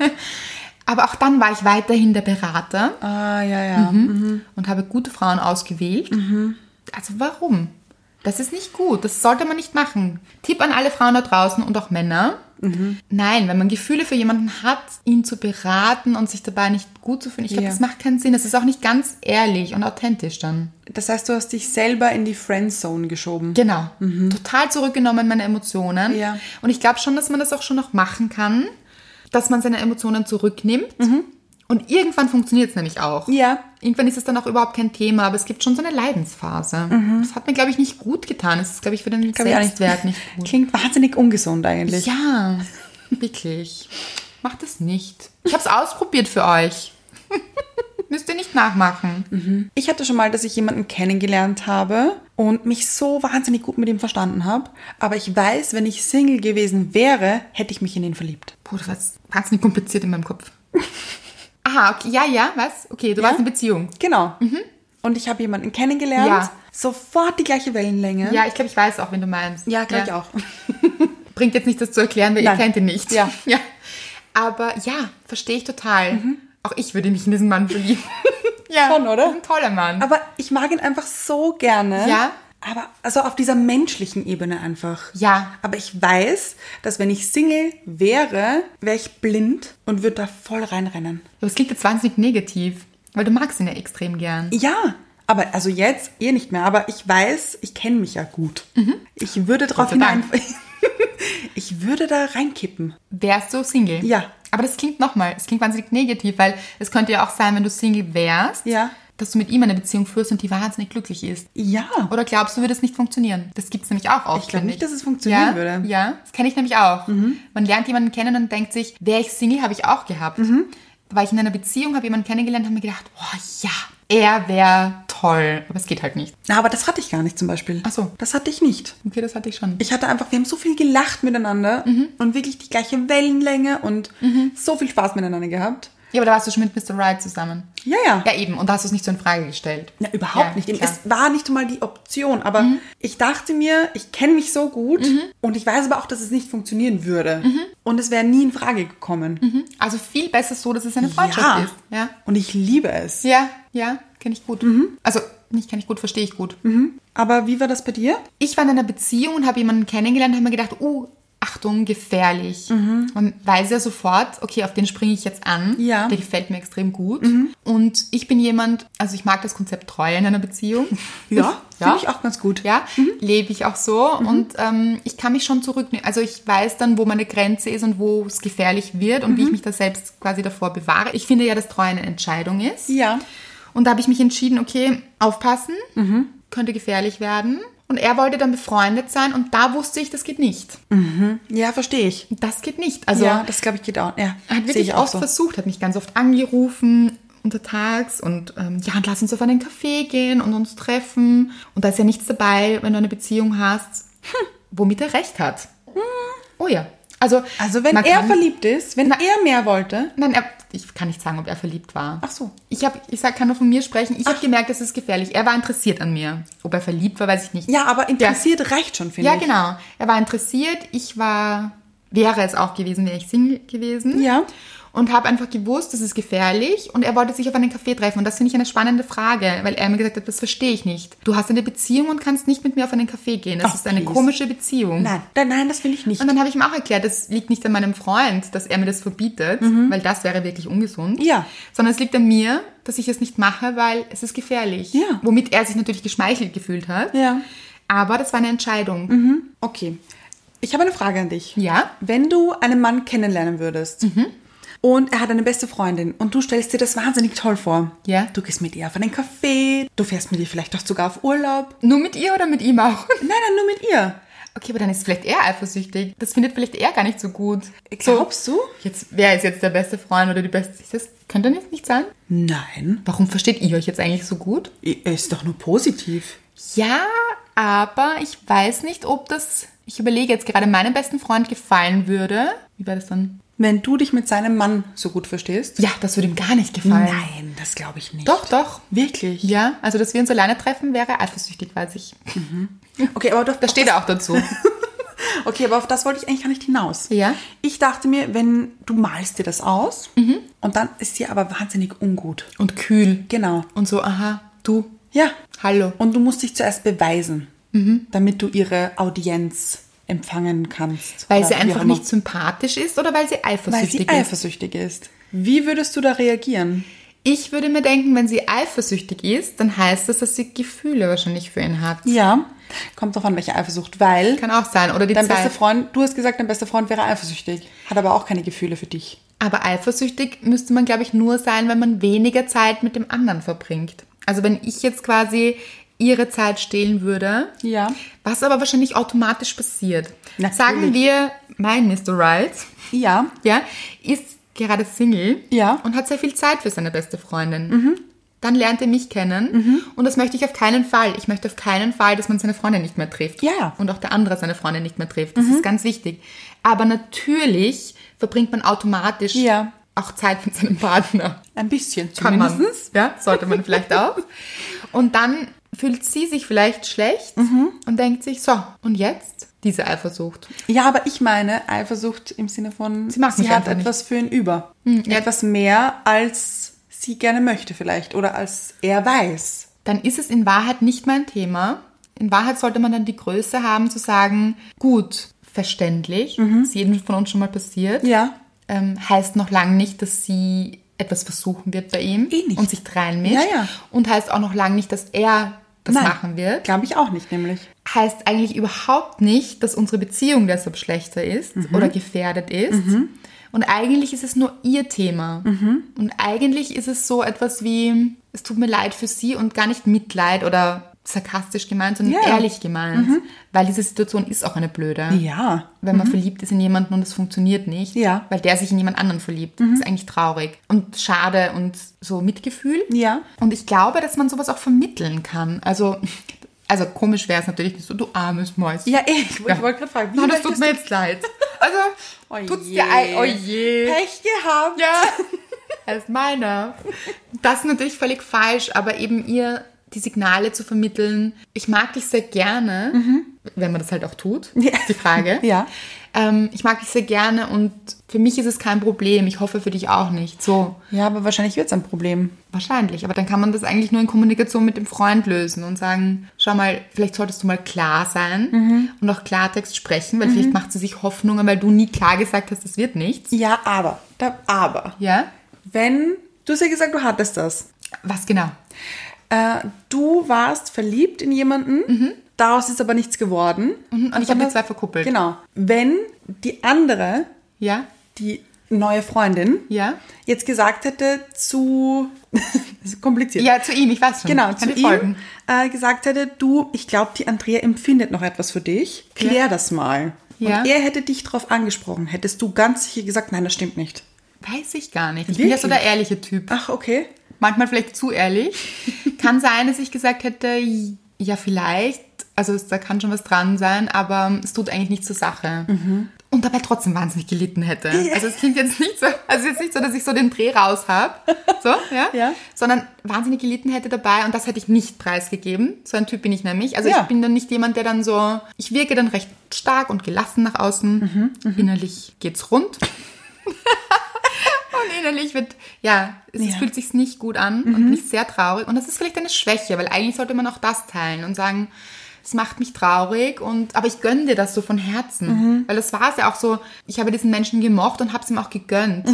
aber auch dann war ich weiterhin der Berater ah, ja, ja. Mhm. und habe gute Frauen ausgewählt. Mhm. Also warum? Das ist nicht gut. Das sollte man nicht machen. Tipp an alle Frauen da draußen und auch Männer. Mhm. Nein, wenn man Gefühle für jemanden hat, ihn zu beraten und sich dabei nicht gut zu fühlen, ich glaube, Ja. das macht keinen Sinn. Das ist auch nicht ganz ehrlich und authentisch dann. Das heißt, du hast dich selber in die Friendzone geschoben. Genau. Total zurückgenommen meine Emotionen. Mhm. Ja. Und ich glaube schon, dass man das auch schon noch machen kann. dass man seine Emotionen zurücknimmt. Und irgendwann funktioniert es nämlich auch. Mhm. Ja. Irgendwann ist es dann auch überhaupt kein Thema, aber es gibt schon so eine Leidensphase. Das hat mir, glaube ich, nicht gut getan. Es ist, glaube ich, für den Glaub ich auch Selbstwert nicht gut. Klingt wahnsinnig ungesund eigentlich. Ja, wirklich. Macht es nicht. Ich habe es ausprobiert für euch. Müsst ihr nicht nachmachen. Ich hatte schon mal, dass ich jemanden kennengelernt habe und mich so wahnsinnig gut mit ihm verstanden habe. Aber ich weiß, wenn ich Single gewesen wäre, hätte ich mich in ihn verliebt. Boah, das war jetzt wahnsinnig kompliziert in meinem Kopf. Aha, okay, ja, ja, was? Okay, du warst in Beziehung. Genau. Und ich habe jemanden kennengelernt. Mhm. Ja. Sofort die gleiche Wellenlänge. Ja, ich glaube, ich weiß auch, wen du meinst. ja glaube ich auch. Bringt jetzt nicht, das zu erklären, weil Nein. ihr kennt ihn nicht. Ja. ja. Aber ja, verstehe ich total. Auch ich würde mich in diesen Mann verlieben. ja, Mhm. Schon, oder? das ist Ein toller Mann. Aber ich mag ihn einfach so gerne. Ja. Aber also auf dieser menschlichen Ebene einfach. Ja. Aber ich weiß, dass wenn ich Single wäre, wäre ich blind und würde da voll reinrennen. Aber es klingt jetzt wahnsinnig negativ, weil du magst ihn ja extrem gern. Ja. Aber also jetzt eh nicht mehr. Aber ich weiß, ich kenne mich ja gut. Ich würde drauf Mhm. Gott sei hinein. Dank. ich würde da reinkippen. Wärst du Single? Ja. Aber das klingt nochmal, es klingt wahnsinnig negativ, weil es könnte ja auch sein, wenn du Single wärst, Ja. dass du mit ihm eine Beziehung führst und die wahnsinnig glücklich ist. Ja. Oder glaubst du, würde es nicht funktionieren? Das gibt es nämlich auch oft. Ich glaub finde nicht, dass es funktionieren ja? würde. Mhm. Ja, das kenne ich nämlich auch. Man lernt jemanden kennen und denkt sich, wäre ich Single, habe ich auch gehabt. Mhm. War ich in einer Beziehung, habe jemanden kennengelernt, habe mir gedacht, boah, ja, er wäre toll. Aber es geht halt nicht. Na, aber das hatte ich gar nicht zum Beispiel. Ach so. Das hatte ich nicht. Okay, das hatte ich schon. Ich hatte einfach, wir haben so viel gelacht miteinander Mhm. und wirklich die gleiche Wellenlänge und so viel Spaß miteinander gehabt. ja, aber da warst du schon mit Mr. Right zusammen. Ja, ja. Ja, eben. Und da hast du es nicht so in Frage gestellt. Na, überhaupt Ja, nicht. klar. Mhm. Es war nicht mal die Option, aber ich dachte mir, ich kenne mich so gut und ich weiß aber auch, dass es nicht funktionieren würde. Und es wäre nie in Frage gekommen. Mhm. Also viel besser so, dass es eine Freundschaft Ja. ist. Ja, Und ich liebe es. ja, ja kenne ich gut. Mhm. Also nicht kenne ich gut, verstehe ich gut. Aber wie war das bei dir? Ich war in einer Beziehung und habe jemanden kennengelernt, habe mir gedacht, uh, Achtung, gefährlich. Man weiß ja sofort, okay, auf den springe ich jetzt an. Mhm. Ja. Mhm. Der gefällt mir extrem gut. Und ich bin jemand, also ich mag das Konzept Treue in einer Beziehung. Finde ich auch ganz gut. Mhm. Ja, lebe ich auch so und ähm, ich kann mich schon zurücknehmen. Also ich weiß dann, wo meine Grenze ist und wo es gefährlich wird Mhm. und wie ich mich da selbst quasi davor bewahre. Ich finde ja, dass Treue eine Entscheidung ist. Ja. Und da habe ich mich entschieden, okay, aufpassen, könnte gefährlich werden. Und er wollte dann befreundet sein und da wusste ich, das geht nicht. Ja, verstehe ich. Das geht nicht. Also ja, das glaube ich geht auch. Ja, er hat sehe wirklich ich auch oft so. versucht, hat mich ganz oft angerufen untertags und ähm, ja, und lass uns auf einen Café gehen und uns treffen. Und da ist ja nichts dabei, wenn du eine Beziehung hast, hm, womit er recht hat. Oh ja. Also, Hm. Also wenn man er kann- verliebt ist, wenn er mehr wollte, Nein, er, ich kann nicht sagen, ob er verliebt war. Ach so. Ich, hab, ich sag, kann nur von mir sprechen. Ich habe gemerkt, es ist gefährlich. Er war interessiert an mir. Ob er verliebt war, weiß ich nicht. ja, aber interessiert reicht schon, finde Ja, ich. genau. Er war interessiert. Ich war, wäre es auch gewesen, wäre ich Single gewesen. Ja. Und habe einfach gewusst, das ist gefährlich. Und er wollte sich auf einen Kaffee treffen. Und das finde ich eine spannende Frage, weil er mir gesagt hat, das verstehe ich nicht. Du hast eine Beziehung und kannst nicht mit mir auf einen Kaffee gehen. Das Ach, ist eine please. komische Beziehung. Nein, da- nein, das will ich nicht. Und dann habe ich ihm auch erklärt, das liegt nicht an meinem Freund, dass er mir das verbietet, weil das wäre wirklich ungesund. Mhm. Ja. Sondern es liegt an mir, dass ich es nicht mache, weil es ist gefährlich. Ja. Womit er sich natürlich geschmeichelt gefühlt hat. Ja. Mhm. Aber das war eine Entscheidung. Okay. Ich habe eine Frage an dich. Ja. Mhm. Wenn du einen Mann kennenlernen würdest und er hat eine beste Freundin und du stellst dir das wahnsinnig toll vor. Ja. Du gehst mit ihr auf einen Kaffee, du fährst mit ihr vielleicht auch sogar auf Urlaub. Nur mit ihr oder mit ihm auch? Nein, nein, nur mit ihr. Okay, aber dann ist vielleicht er eifersüchtig. Das findet vielleicht er gar nicht so gut. Glaubst du? Jetzt, wer ist jetzt der beste Freund oder die beste? Ist das, könnte das nicht sein? Nein. Warum versteht ihr euch jetzt eigentlich so gut? Er ist doch nur positiv. Ja, aber ich weiß nicht, ob das. Ich überlege jetzt gerade, meinem besten Freund gefallen würde. Wie war das dann? Wenn du dich mit seinem Mann so gut verstehst. Ja, das würde ihm gar nicht gefallen. Nein, das glaube ich nicht. Doch, doch. Wirklich? Ja, also dass wir uns alleine treffen, wäre eifersüchtig, weiß ich. Okay, aber doch, Da steht er auch dazu. Okay, aber auf das wollte ich eigentlich gar nicht hinaus. Ja? Ich dachte mir, wenn du malst dir das aus Mhm. und dann ist dir aber wahnsinnig ungut. Und kühl. Genau. Und so, aha, du. Ja. Hallo. Mhm. Und du musst dich zuerst beweisen, damit du ihre Audienz empfangen kannst. Weil Oder sie wie auch einfach immer. nicht sympathisch ist oder weil sie weil eifersüchtig sie ist? eifersüchtig ist. Wie würdest du da reagieren? Ich würde mir denken, wenn sie eifersüchtig ist, dann heißt das, dass sie Gefühle wahrscheinlich für ihn hat. Ja, kommt drauf an, welche Eifersucht, weil Kann auch sein. Oder die dein Zeit. bester Freund, du hast gesagt, dein bester Freund wäre eifersüchtig, hat aber auch keine Gefühle für dich. Aber eifersüchtig müsste man, glaube ich, nur sein, wenn man weniger Zeit mit dem anderen verbringt. Also wenn ich jetzt quasi ihre Zeit stehlen würde, Ja. was aber wahrscheinlich automatisch passiert. Natürlich. Sagen wir, mein Mr. Right, Ja, ja, ist gerade Single Ja. Mhm. und hat sehr viel Zeit für seine beste Freundin. Dann lernt er mich kennen und das möchte ich auf keinen Fall. Ich möchte auf keinen Fall, dass man seine Freundin nicht mehr trifft. Ja. Mhm. Und auch der andere seine Freundin nicht mehr trifft. Das ist ganz wichtig. Aber natürlich verbringt man automatisch Ja. auch Zeit mit seinem Partner. ein bisschen Kann man. zumindest. Ja, sollte man vielleicht auch. Und dann fühlt sie sich vielleicht schlecht Mhm. und denkt sich, so, und jetzt? Diese Eifersucht. Ja, aber ich meine Eifersucht im Sinne von, Sie mag mich hat einfach nicht. Hm, etwas für ihn über. ja. Etwas mehr, als sie gerne möchte vielleicht oder als er weiß. dann ist es in Wahrheit nicht mein Thema. In Wahrheit sollte man dann die Größe haben zu sagen, gut, verständlich, ist jedem von uns schon mal passiert. Mhm. Ja. Ähm, heißt noch lange nicht, dass sie etwas versuchen wird bei ihm Eh nicht. und sich reinmischt. Ja, ja. Und heißt auch noch lange nicht, dass er das Nein. machen wird Glaube ich auch nicht, nämlich. heißt eigentlich überhaupt nicht, dass unsere Beziehung deshalb schlechter ist Mhm. oder gefährdet ist. Und eigentlich ist es nur ihr Thema. Mhm. Und eigentlich ist es so etwas wie, es tut mir leid für sie und gar nicht Mitleid oder sarkastisch gemeint, sondern Ja. Mhm. ehrlich gemeint. Weil diese Situation ist auch eine blöde. Ja. Wenn man verliebt ist in jemanden und es funktioniert nicht, Mhm. Ja. Mhm. weil der sich in jemand anderen verliebt. ist eigentlich traurig und schade und so Mitgefühl. Ja. Und ich glaube, dass man sowas auch vermitteln kann. Also, also komisch wäre es natürlich so, du armes Mäuschen. Ja, eh, ich, Ja. ich wollte gerade fragen, Mann, das möchtest tut mir jetzt leid. Also, Oje. tut's dir ei, oh je. Pech gehabt. Ja, als meiner. Das ist natürlich völlig falsch, aber eben ihr die Signale zu vermitteln, ich mag dich sehr gerne, wenn man das halt auch tut, ist die Frage. Mhm. Ja. Ähm, ich mag dich sehr gerne und für mich ist es kein Problem, ich hoffe für dich auch nicht. So. Ja, aber wahrscheinlich wird es ein Problem. Wahrscheinlich, aber dann kann man das eigentlich nur in Kommunikation mit dem Freund lösen und sagen, schau mal, vielleicht solltest du mal klar sein Mhm. und auch Klartext sprechen, weil vielleicht macht sie sich Hoffnungen, weil du nie klar gesagt hast, es wird nichts. Ja, aber. Da, aber. Ja? Wenn, du hast ja gesagt, du hattest das. Was genau? Äh, du warst verliebt in jemanden, Mhm. daraus ist aber nichts geworden. Und ich habe die dann- zwei verkuppelt. Genau. Wenn die andere, Ja? die neue Freundin, Ja? jetzt gesagt hätte zu... das ist kompliziert. Ja, zu ihm, ich weiß schon. Genau, ich zu dir ihm äh, gesagt hätte, du, ich glaube, die Andrea empfindet noch etwas für dich. Klär Ja. das mal. Ja. Und er hätte dich drauf angesprochen. Hättest du ganz sicher gesagt, nein, das stimmt nicht. Weiß ich gar nicht. Ich bin ja so der Wirklich? ehrliche Typ. Ach, okay. Manchmal vielleicht zu ehrlich. kann sein, dass ich gesagt hätte, ja, vielleicht. Also es, da kann schon was dran sein, aber es tut eigentlich nichts zur Sache. Mhm. Und dabei trotzdem wahnsinnig gelitten hätte. Also es klingt jetzt nicht so, also jetzt nicht so, dass ich so den Dreh raus habe, so, ja? Ja. sondern wahnsinnig gelitten hätte dabei und das hätte ich nicht preisgegeben. So ein Typ bin ich nämlich. Also Ja. ich bin dann nicht jemand, der dann so, ich wirke dann recht stark und gelassen nach außen. Mhm, Innerlich geht's rund. Und innerlich wird, ja, es Ja. fühlt sich nicht gut an und bin ich sehr traurig. Und das ist vielleicht eine Schwäche, weil eigentlich sollte man auch das teilen und sagen, es macht mich traurig und aber ich gönne dir das so von Herzen. Weil das war es ja auch so, ich habe diesen Menschen gemocht und habe es ihm auch gegönnt.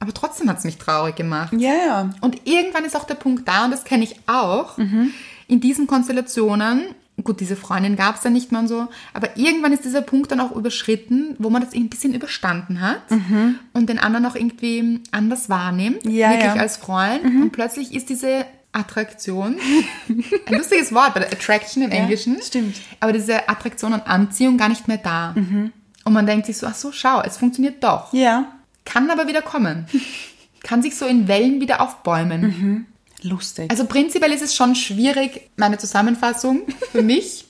Aber trotzdem hat es mich traurig gemacht. Ja, ja. Und irgendwann ist auch der Punkt da, und das kenne ich auch, in diesen Konstellationen, gut, diese Freundin gab es dann nicht mehr und so, aber irgendwann ist dieser Punkt dann auch überschritten, wo man das ein bisschen überstanden hat und den anderen auch irgendwie anders wahrnimmt, Ja, Mhm. wirklich ja. als Freund. Und plötzlich ist diese Attraktion, ein lustiges Wort, bei der Attraction im Englischen, stimmt. Mhm. aber diese Attraktion und Anziehung gar nicht mehr da. Und man denkt sich so, ach so, schau, es funktioniert doch. Ja. Kann aber wieder kommen. Kann sich so in Wellen wieder aufbäumen. Mhm. Lustig. Also prinzipiell ist es schon schwierig, meine Zusammenfassung für mich.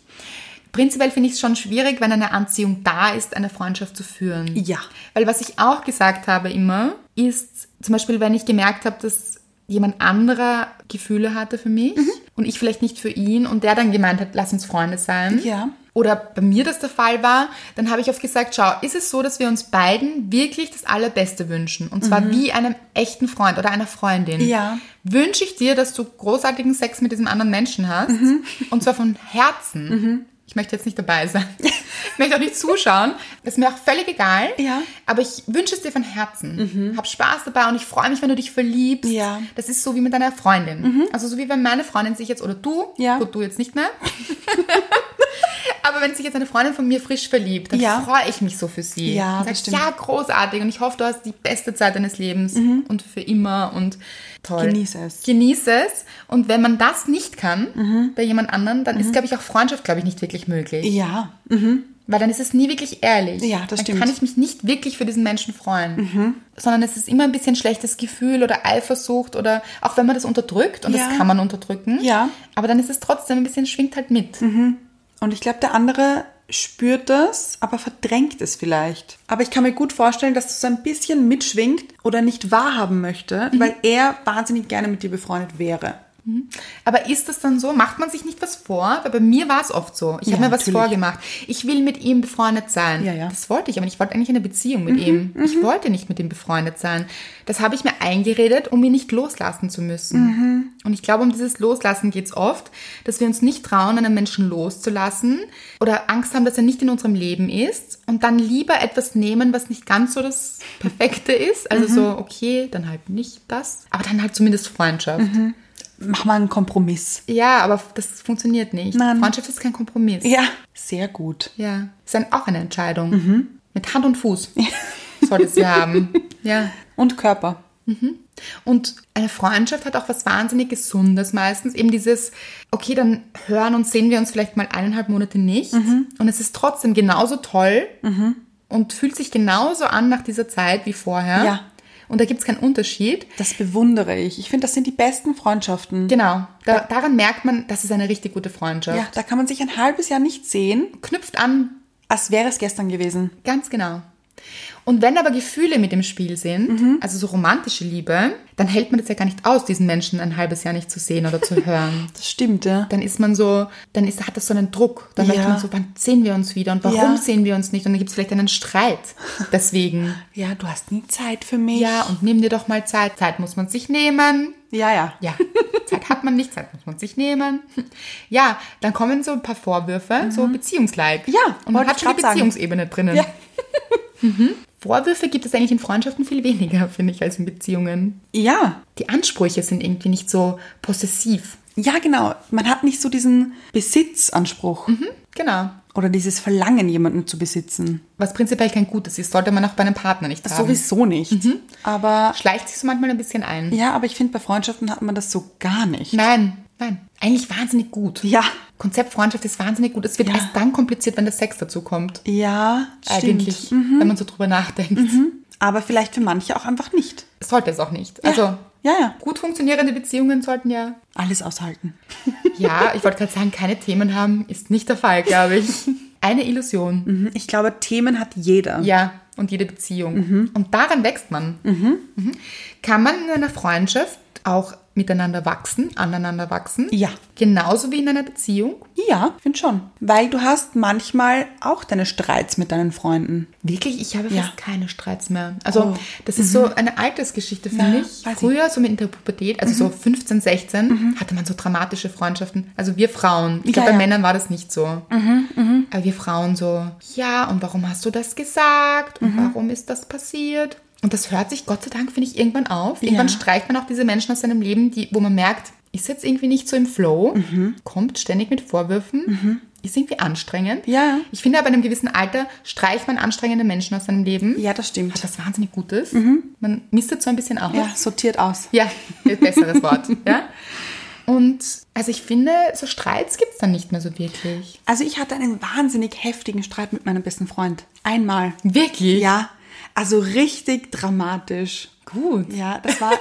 prinzipiell finde ich es schon schwierig, wenn eine Anziehung da ist, eine Freundschaft zu führen. Ja. Weil was ich auch gesagt habe immer, ist zum Beispiel, wenn ich gemerkt habe, dass jemand anderer Gefühle hatte für mich Mhm. und ich vielleicht nicht für ihn und der dann gemeint hat, lass uns Freunde sein. Ja. Oder bei mir das der Fall war, dann habe ich oft gesagt, schau, ist es so, dass wir uns beiden wirklich das Allerbeste wünschen? Und zwar wie einem echten Freund oder einer Freundin. Mhm. Ja. Mhm. Wünsche ich dir, dass du großartigen Sex mit diesem anderen Menschen hast. Und zwar von Herzen. Ich möchte jetzt nicht dabei sein. Ich möchte auch nicht zuschauen. Ist mir auch völlig egal. Ja. Mhm. Aber ich wünsche es dir von Herzen. Hab Spaß dabei und ich freue mich, wenn du dich verliebst. Ja. Mhm. Das ist so wie mit deiner Freundin. Also so wie wenn meine Freundin sich jetzt, oder du, Ja. gut, du jetzt nicht mehr. Aber wenn sich jetzt eine Freundin von mir frisch verliebt, dann Ja. freue ich mich so für sie. Ja, und sag, das stimmt. Ja, Ah, großartig. Und ich hoffe, du hast die beste Zeit deines Lebens und für immer und toll. Mhm. Genieße es. Mhm. Genieße es. Und wenn man das nicht kann bei jemand anderem, dann ist, glaube ich, auch Freundschaft, glaube ich, nicht wirklich möglich. Ja. Weil dann ist es nie wirklich ehrlich. Ja, das dann stimmt. Mhm. kann ich mich nicht wirklich für diesen Menschen freuen. Sondern es ist immer ein bisschen schlechtes Gefühl oder Eifersucht oder auch wenn man das unterdrückt, und Ja. das kann man unterdrücken, Ja. aber dann ist es trotzdem ein bisschen, schwingt halt mit. Und ich glaube, der andere spürt das, aber verdrängt es vielleicht. Aber ich kann mir gut vorstellen, dass das so ein bisschen mitschwingt oder nicht wahrhaben möchte, weil er wahnsinnig gerne mit dir befreundet wäre. Aber ist das dann so? Macht man sich nicht was vor? Weil bei mir war es oft so. Ich Ja, habe mir was natürlich. vorgemacht. Ich will mit ihm befreundet sein. Ja, Mhm, ja. Das wollte ich, aber ich wollte eigentlich eine Beziehung mit ihm. Ich wollte nicht mit ihm befreundet sein. Das habe ich mir eingeredet, um ihn nicht loslassen zu müssen. Mhm. Und ich glaube, um dieses Loslassen geht es oft, dass wir uns nicht trauen, einen Menschen loszulassen oder Angst haben, dass er nicht in unserem Leben ist und dann lieber etwas nehmen, was nicht ganz so das Perfekte ist. Mhm. Also so, okay, dann halt nicht das, aber dann halt zumindest Freundschaft. Mach mal einen Kompromiss. Ja, aber das funktioniert nicht. Nein. Freundschaft ist kein Kompromiss. Ja. Sehr gut. Ja. Ist dann auch eine Entscheidung. Mhm. Mit Hand und Fuß solltest du haben. Ja. Und Körper. Und eine Freundschaft hat auch was wahnsinnig Gesundes meistens. Eben dieses, okay, dann hören und sehen wir uns vielleicht mal eineinhalb Monate nicht. Mhm. Und es ist trotzdem genauso toll und fühlt sich genauso an nach dieser Zeit wie vorher. Ja. Und da gibt's keinen Unterschied. Das bewundere ich. Ich finde, das sind die besten Freundschaften. Genau. Da, daran merkt man, das ist eine richtig gute Freundschaft. Ja, da kann man sich ein halbes Jahr nicht sehen, Knüpft an, als wäre es gestern gewesen. Ganz genau. Und wenn aber Gefühle mit im Spiel sind, Mhm. also so romantische Liebe, dann hält man das ja gar nicht aus, diesen Menschen ein halbes Jahr nicht zu sehen oder zu hören. Das stimmt, ja. Dann ist man so, dann ist, hat das so einen Druck. Dann Ja. merkt man so, wann sehen wir uns wieder und warum Ja. sehen wir uns nicht? Und dann gibt es vielleicht einen Streit deswegen. Ja, du hast nie Zeit für mich. Ja, und nimm dir doch mal Zeit. Zeit muss man sich nehmen. ja, ja. Ja, Zeit hat man nicht, Zeit muss man sich nehmen. Ja, dann kommen so ein paar Vorwürfe, so beziehungsleik. Mhm. Ja, und man wollte hat ich schon die grad sagen. Beziehungsebene drinnen. Mhm. Ja. Vorwürfe gibt es eigentlich in Freundschaften viel weniger, finde ich, als in Beziehungen. Ja, Die Ansprüche sind irgendwie nicht so possessiv. ja genau. Man hat nicht so diesen Besitzanspruch Genau. oder dieses Verlangen, jemanden zu besitzen. Was prinzipiell kein Gutes ist, sollte man auch bei einem Partner nicht haben. Sowieso nicht. Mhm. Aber Schleicht sich so manchmal ein bisschen ein. ja, aber ich finde, bei Freundschaften hat man das so gar nicht. Nein, nein. Eigentlich wahnsinnig gut. Ja. Konzept Freundschaft ist wahnsinnig gut. Es wird Ja. erst dann kompliziert, wenn der Sex dazu kommt. Ja, stimmt. Mhm. Eigentlich, wenn man so drüber nachdenkt. Aber vielleicht für manche auch einfach nicht. Sollte es auch nicht. Also, ja, ja. gut funktionierende Beziehungen sollten ja. Alles aushalten. Ja, ich wollte gerade sagen, keine Themen haben, ist nicht der Fall, glaube ich. Eine Illusion. Mhm. Ich glaube, Themen hat jeder. Ja, und jede Beziehung. Mhm. Und daran wächst man. Mhm. Kann man in einer Freundschaft auch miteinander wachsen, aneinander wachsen? Ja. Genauso wie in einer Beziehung? Ja, ich finde schon. Weil du hast manchmal auch deine Streits mit deinen Freunden. Wirklich, ich habe Ja. fast keine Streits mehr. Also, Oh. das ist so eine Altersgeschichte, Na, finde ich. weiß ich. Mhm. Früher, so mit in der Pubertät, also so 15, 16, hatte man so dramatische Freundschaften. Also, wir Frauen. Ich Ja, glaube, bei ja. Mhm, Männern war das nicht so. Aber wir Frauen so, ja, und warum hast du das gesagt? Mhm. Und warum ist das passiert? Und das hört sich Gott sei Dank, finde ich, irgendwann auf. Irgendwann streicht man auch diese Menschen aus seinem Leben, die, wo man merkt, ist jetzt irgendwie nicht so im Flow, Mhm. kommt ständig mit Vorwürfen, ist irgendwie anstrengend. Ja. Ich finde aber in einem gewissen Alter streicht man anstrengende Menschen aus seinem Leben. Ja, das stimmt. Hat was wahnsinnig Gutes. Man mistet so ein bisschen auf. Ja, sortiert aus. Ja, besseres Wort. Ja. Und also ich finde, so Streits gibt es dann nicht mehr so wirklich. Also ich hatte einen wahnsinnig heftigen Streit mit meinem besten Freund. Einmal. Wirklich? Ja, also richtig dramatisch. Gut. Ja, das war,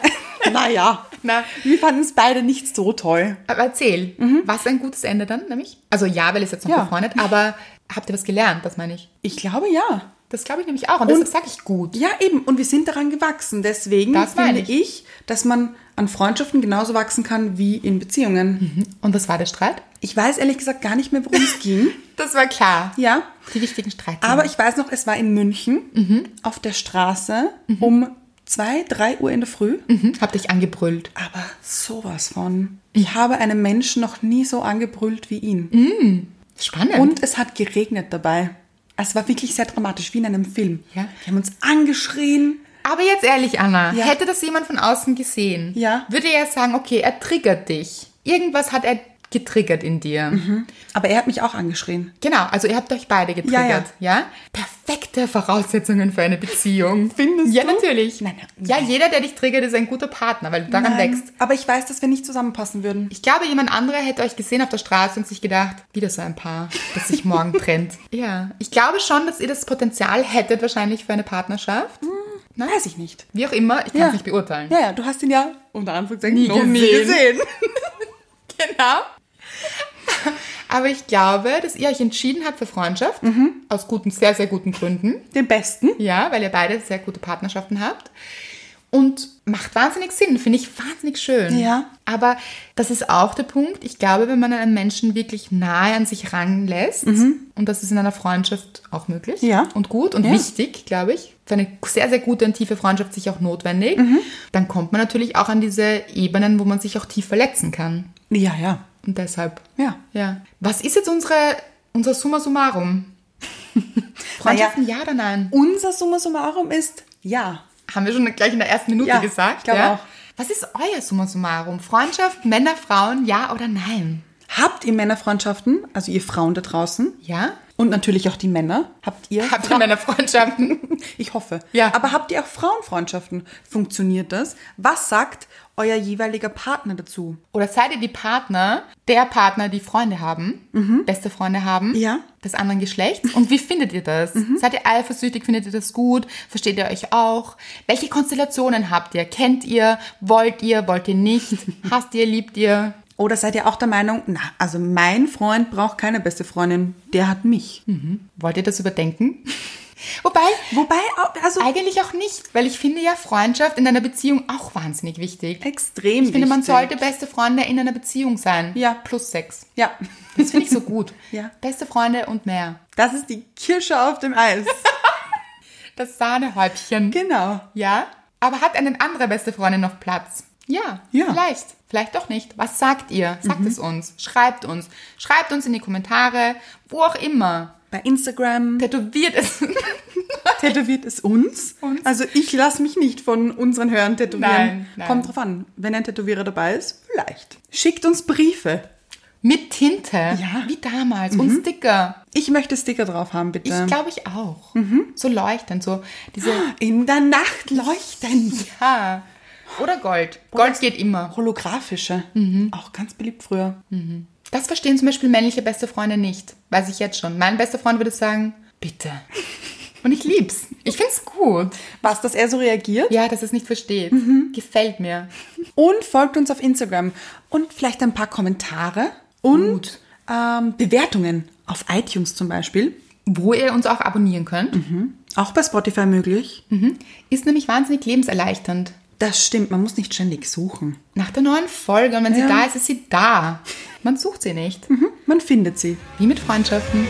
naja, Na. wir fanden es beide nicht so toll. Aber erzähl, was ein gutes Ende dann, nämlich? Also ja, weil es jetzt noch Mhm. Ja. befreundet, aber habt ihr was gelernt, das meine ich? Ich glaube ja. Das glaube ich nämlich auch und, deshalb sage ich gut. Ja, eben. Und wir sind daran gewachsen. Deswegen Das meine finde ich. dass man an Freundschaften genauso wachsen kann wie in Beziehungen. Und was war der Streit? Ich weiß ehrlich gesagt gar nicht mehr, worum es ging. Das war klar. Ja. Die wichtigen Streits. Aber ich weiß noch, es war in München auf der Straße um zwei, drei Uhr in der Früh. mhm. habt euch angebrüllt. Aber sowas von. Ich habe einen Menschen noch nie so angebrüllt wie ihn. Spannend. Und es hat geregnet dabei. Es war wirklich sehr dramatisch, wie in einem Film. Ja. Wir haben uns angeschrien. aber jetzt ehrlich, Anna, Ja. hätte das jemand von außen gesehen, Ja. würde er sagen, okay, er triggert dich. Irgendwas hat er getriggert in dir. Mhm. Aber er hat mich auch angeschrien. Genau, also ihr habt euch beide getriggert, ja? Perfekte Voraussetzungen für eine Beziehung. Findest ja, du? natürlich. Nein, nein, Ja, jeder, der dich triggert, ist ein guter Partner, weil du daran Nein. wächst. Aber ich weiß, dass wir nicht zusammenpassen würden. Ich glaube, jemand anderer hätte euch gesehen auf der Straße und sich gedacht, wieder so ein Paar, das sich morgen trennt. Ja, ich glaube schon, dass ihr das Potenzial hättet wahrscheinlich für eine Partnerschaft. Weiß ich nicht. Wie auch immer, ich kann es nicht beurteilen. Ja, ja, du hast ihn ja unter Anführungszeichen Nie noch gesehen. gesehen. Genau. Aber ich glaube, dass ihr euch entschieden habt für Freundschaft, Mhm. aus guten, sehr, sehr guten Gründen. Den besten. Ja, weil ihr beide sehr gute Partnerschaften habt. Und macht wahnsinnig Sinn, finde ich wahnsinnig schön. Ja. Aber das ist auch der Punkt. Ich glaube, wenn man einen Menschen wirklich nahe an sich ranlässt, und das ist in einer Freundschaft auch möglich Mhm. Ja. und gut und Ja. wichtig, glaube ich, für eine sehr, sehr gute und tiefe Freundschaft sich auch notwendig, Mhm. dann kommt man natürlich auch an diese Ebenen, wo man sich auch tief verletzen kann. Ja, ja. Und deshalb, Ja. ja. Was ist jetzt unsere, unser Summa summarum? Freundschaften ja oder nein? Unser Summa summarum ist ja. Haben wir schon gleich in der ersten Minute Ja, gesagt. ich glaube ja? auch. Was ist euer Summa summarum? Freundschaft, Männer, Frauen, ja oder nein? Habt ihr Männerfreundschaften, also ihr Frauen da draußen Ja? und natürlich auch die Männer, habt ihr? Habt ihr Männerfreundschaften? ich hoffe. Ja. Aber habt ihr auch Frauenfreundschaften? Funktioniert das? Was sagt euer jeweiliger Partner dazu? Oder seid ihr die Partner, der Partner, die Freunde haben, beste Freunde haben, Mhm. Ja. Mhm. des anderen Geschlechts? Und wie findet ihr das? Seid ihr eifersüchtig? Findet ihr das gut? Versteht ihr euch auch? Welche Konstellationen habt ihr? Kennt ihr? Wollt ihr? Wollt ihr nicht? Hasst ihr? Liebt ihr? Oder seid ihr auch der Meinung, na, also mein Freund braucht keine beste Freundin, der hat mich. Wollt ihr das überdenken? Wobei, Wobei, au- also Eigentlich auch nicht, weil ich finde ja Freundschaft in einer Beziung auch wahnsinnig wichtig. extrem Ich finde, man wichtig. sollte beste Freunde in einer Beziehung sein. Ja. Plus Sex. Ja, Das finde ich so gut. Ja. Beste Freunde und mehr. das ist die Kirsche auf dem Eis. Das Sahnehäubchen. genau. ja. Aber hat eine andere beste Freundin noch Platz? Ja. Ja. Mhm. Vielleicht. Vielleicht doch nicht. Was sagt ihr? Sagt es uns. Schreibt uns. Schreibt uns in die Kommentare. Wo auch immer. Bei Instagram Tätowiert es. tätowiert es uns. Uns. Also ich lasse mich nicht von unseren Hörern tätowieren. Nein, nein. Kommt drauf an. Wenn ein Tätowierer dabei ist, vielleicht. Schickt uns Briefe. Mit Tinte. Ja. Mhm. Wie damals. Und Sticker. Ich möchte Sticker drauf haben, bitte. Ich glaube ich auch. So leuchtend, so diese. In der Nacht leuchten. Ha. Oder Gold. Gold geht immer. Holographische. Mhm. Auch ganz beliebt früher. Das verstehen zum Beispiel männliche beste Freunde nicht. Weiß ich jetzt schon. Mein bester Freund würde sagen, bitte. Und ich lieb's. Ich find's gut. Was, dass er so reagiert? Ja, dass es nicht versteht. Gefällt mir. Und folgt uns auf Instagram. Und vielleicht ein paar Kommentare. Und ähm, Bewertungen. Auf iTunes zum Beispiel. Wo ihr uns auch abonnieren könnt, Auch bei Spotify möglich. ist nämlich wahnsinnig lebenserleichternd. Das stimmt, man muss nicht ständig suchen. Nach der neuen Folge, und wenn Ja. sie da ist, ist sie da. Man sucht sie nicht. Man findet sie. Wie mit Freundschaften.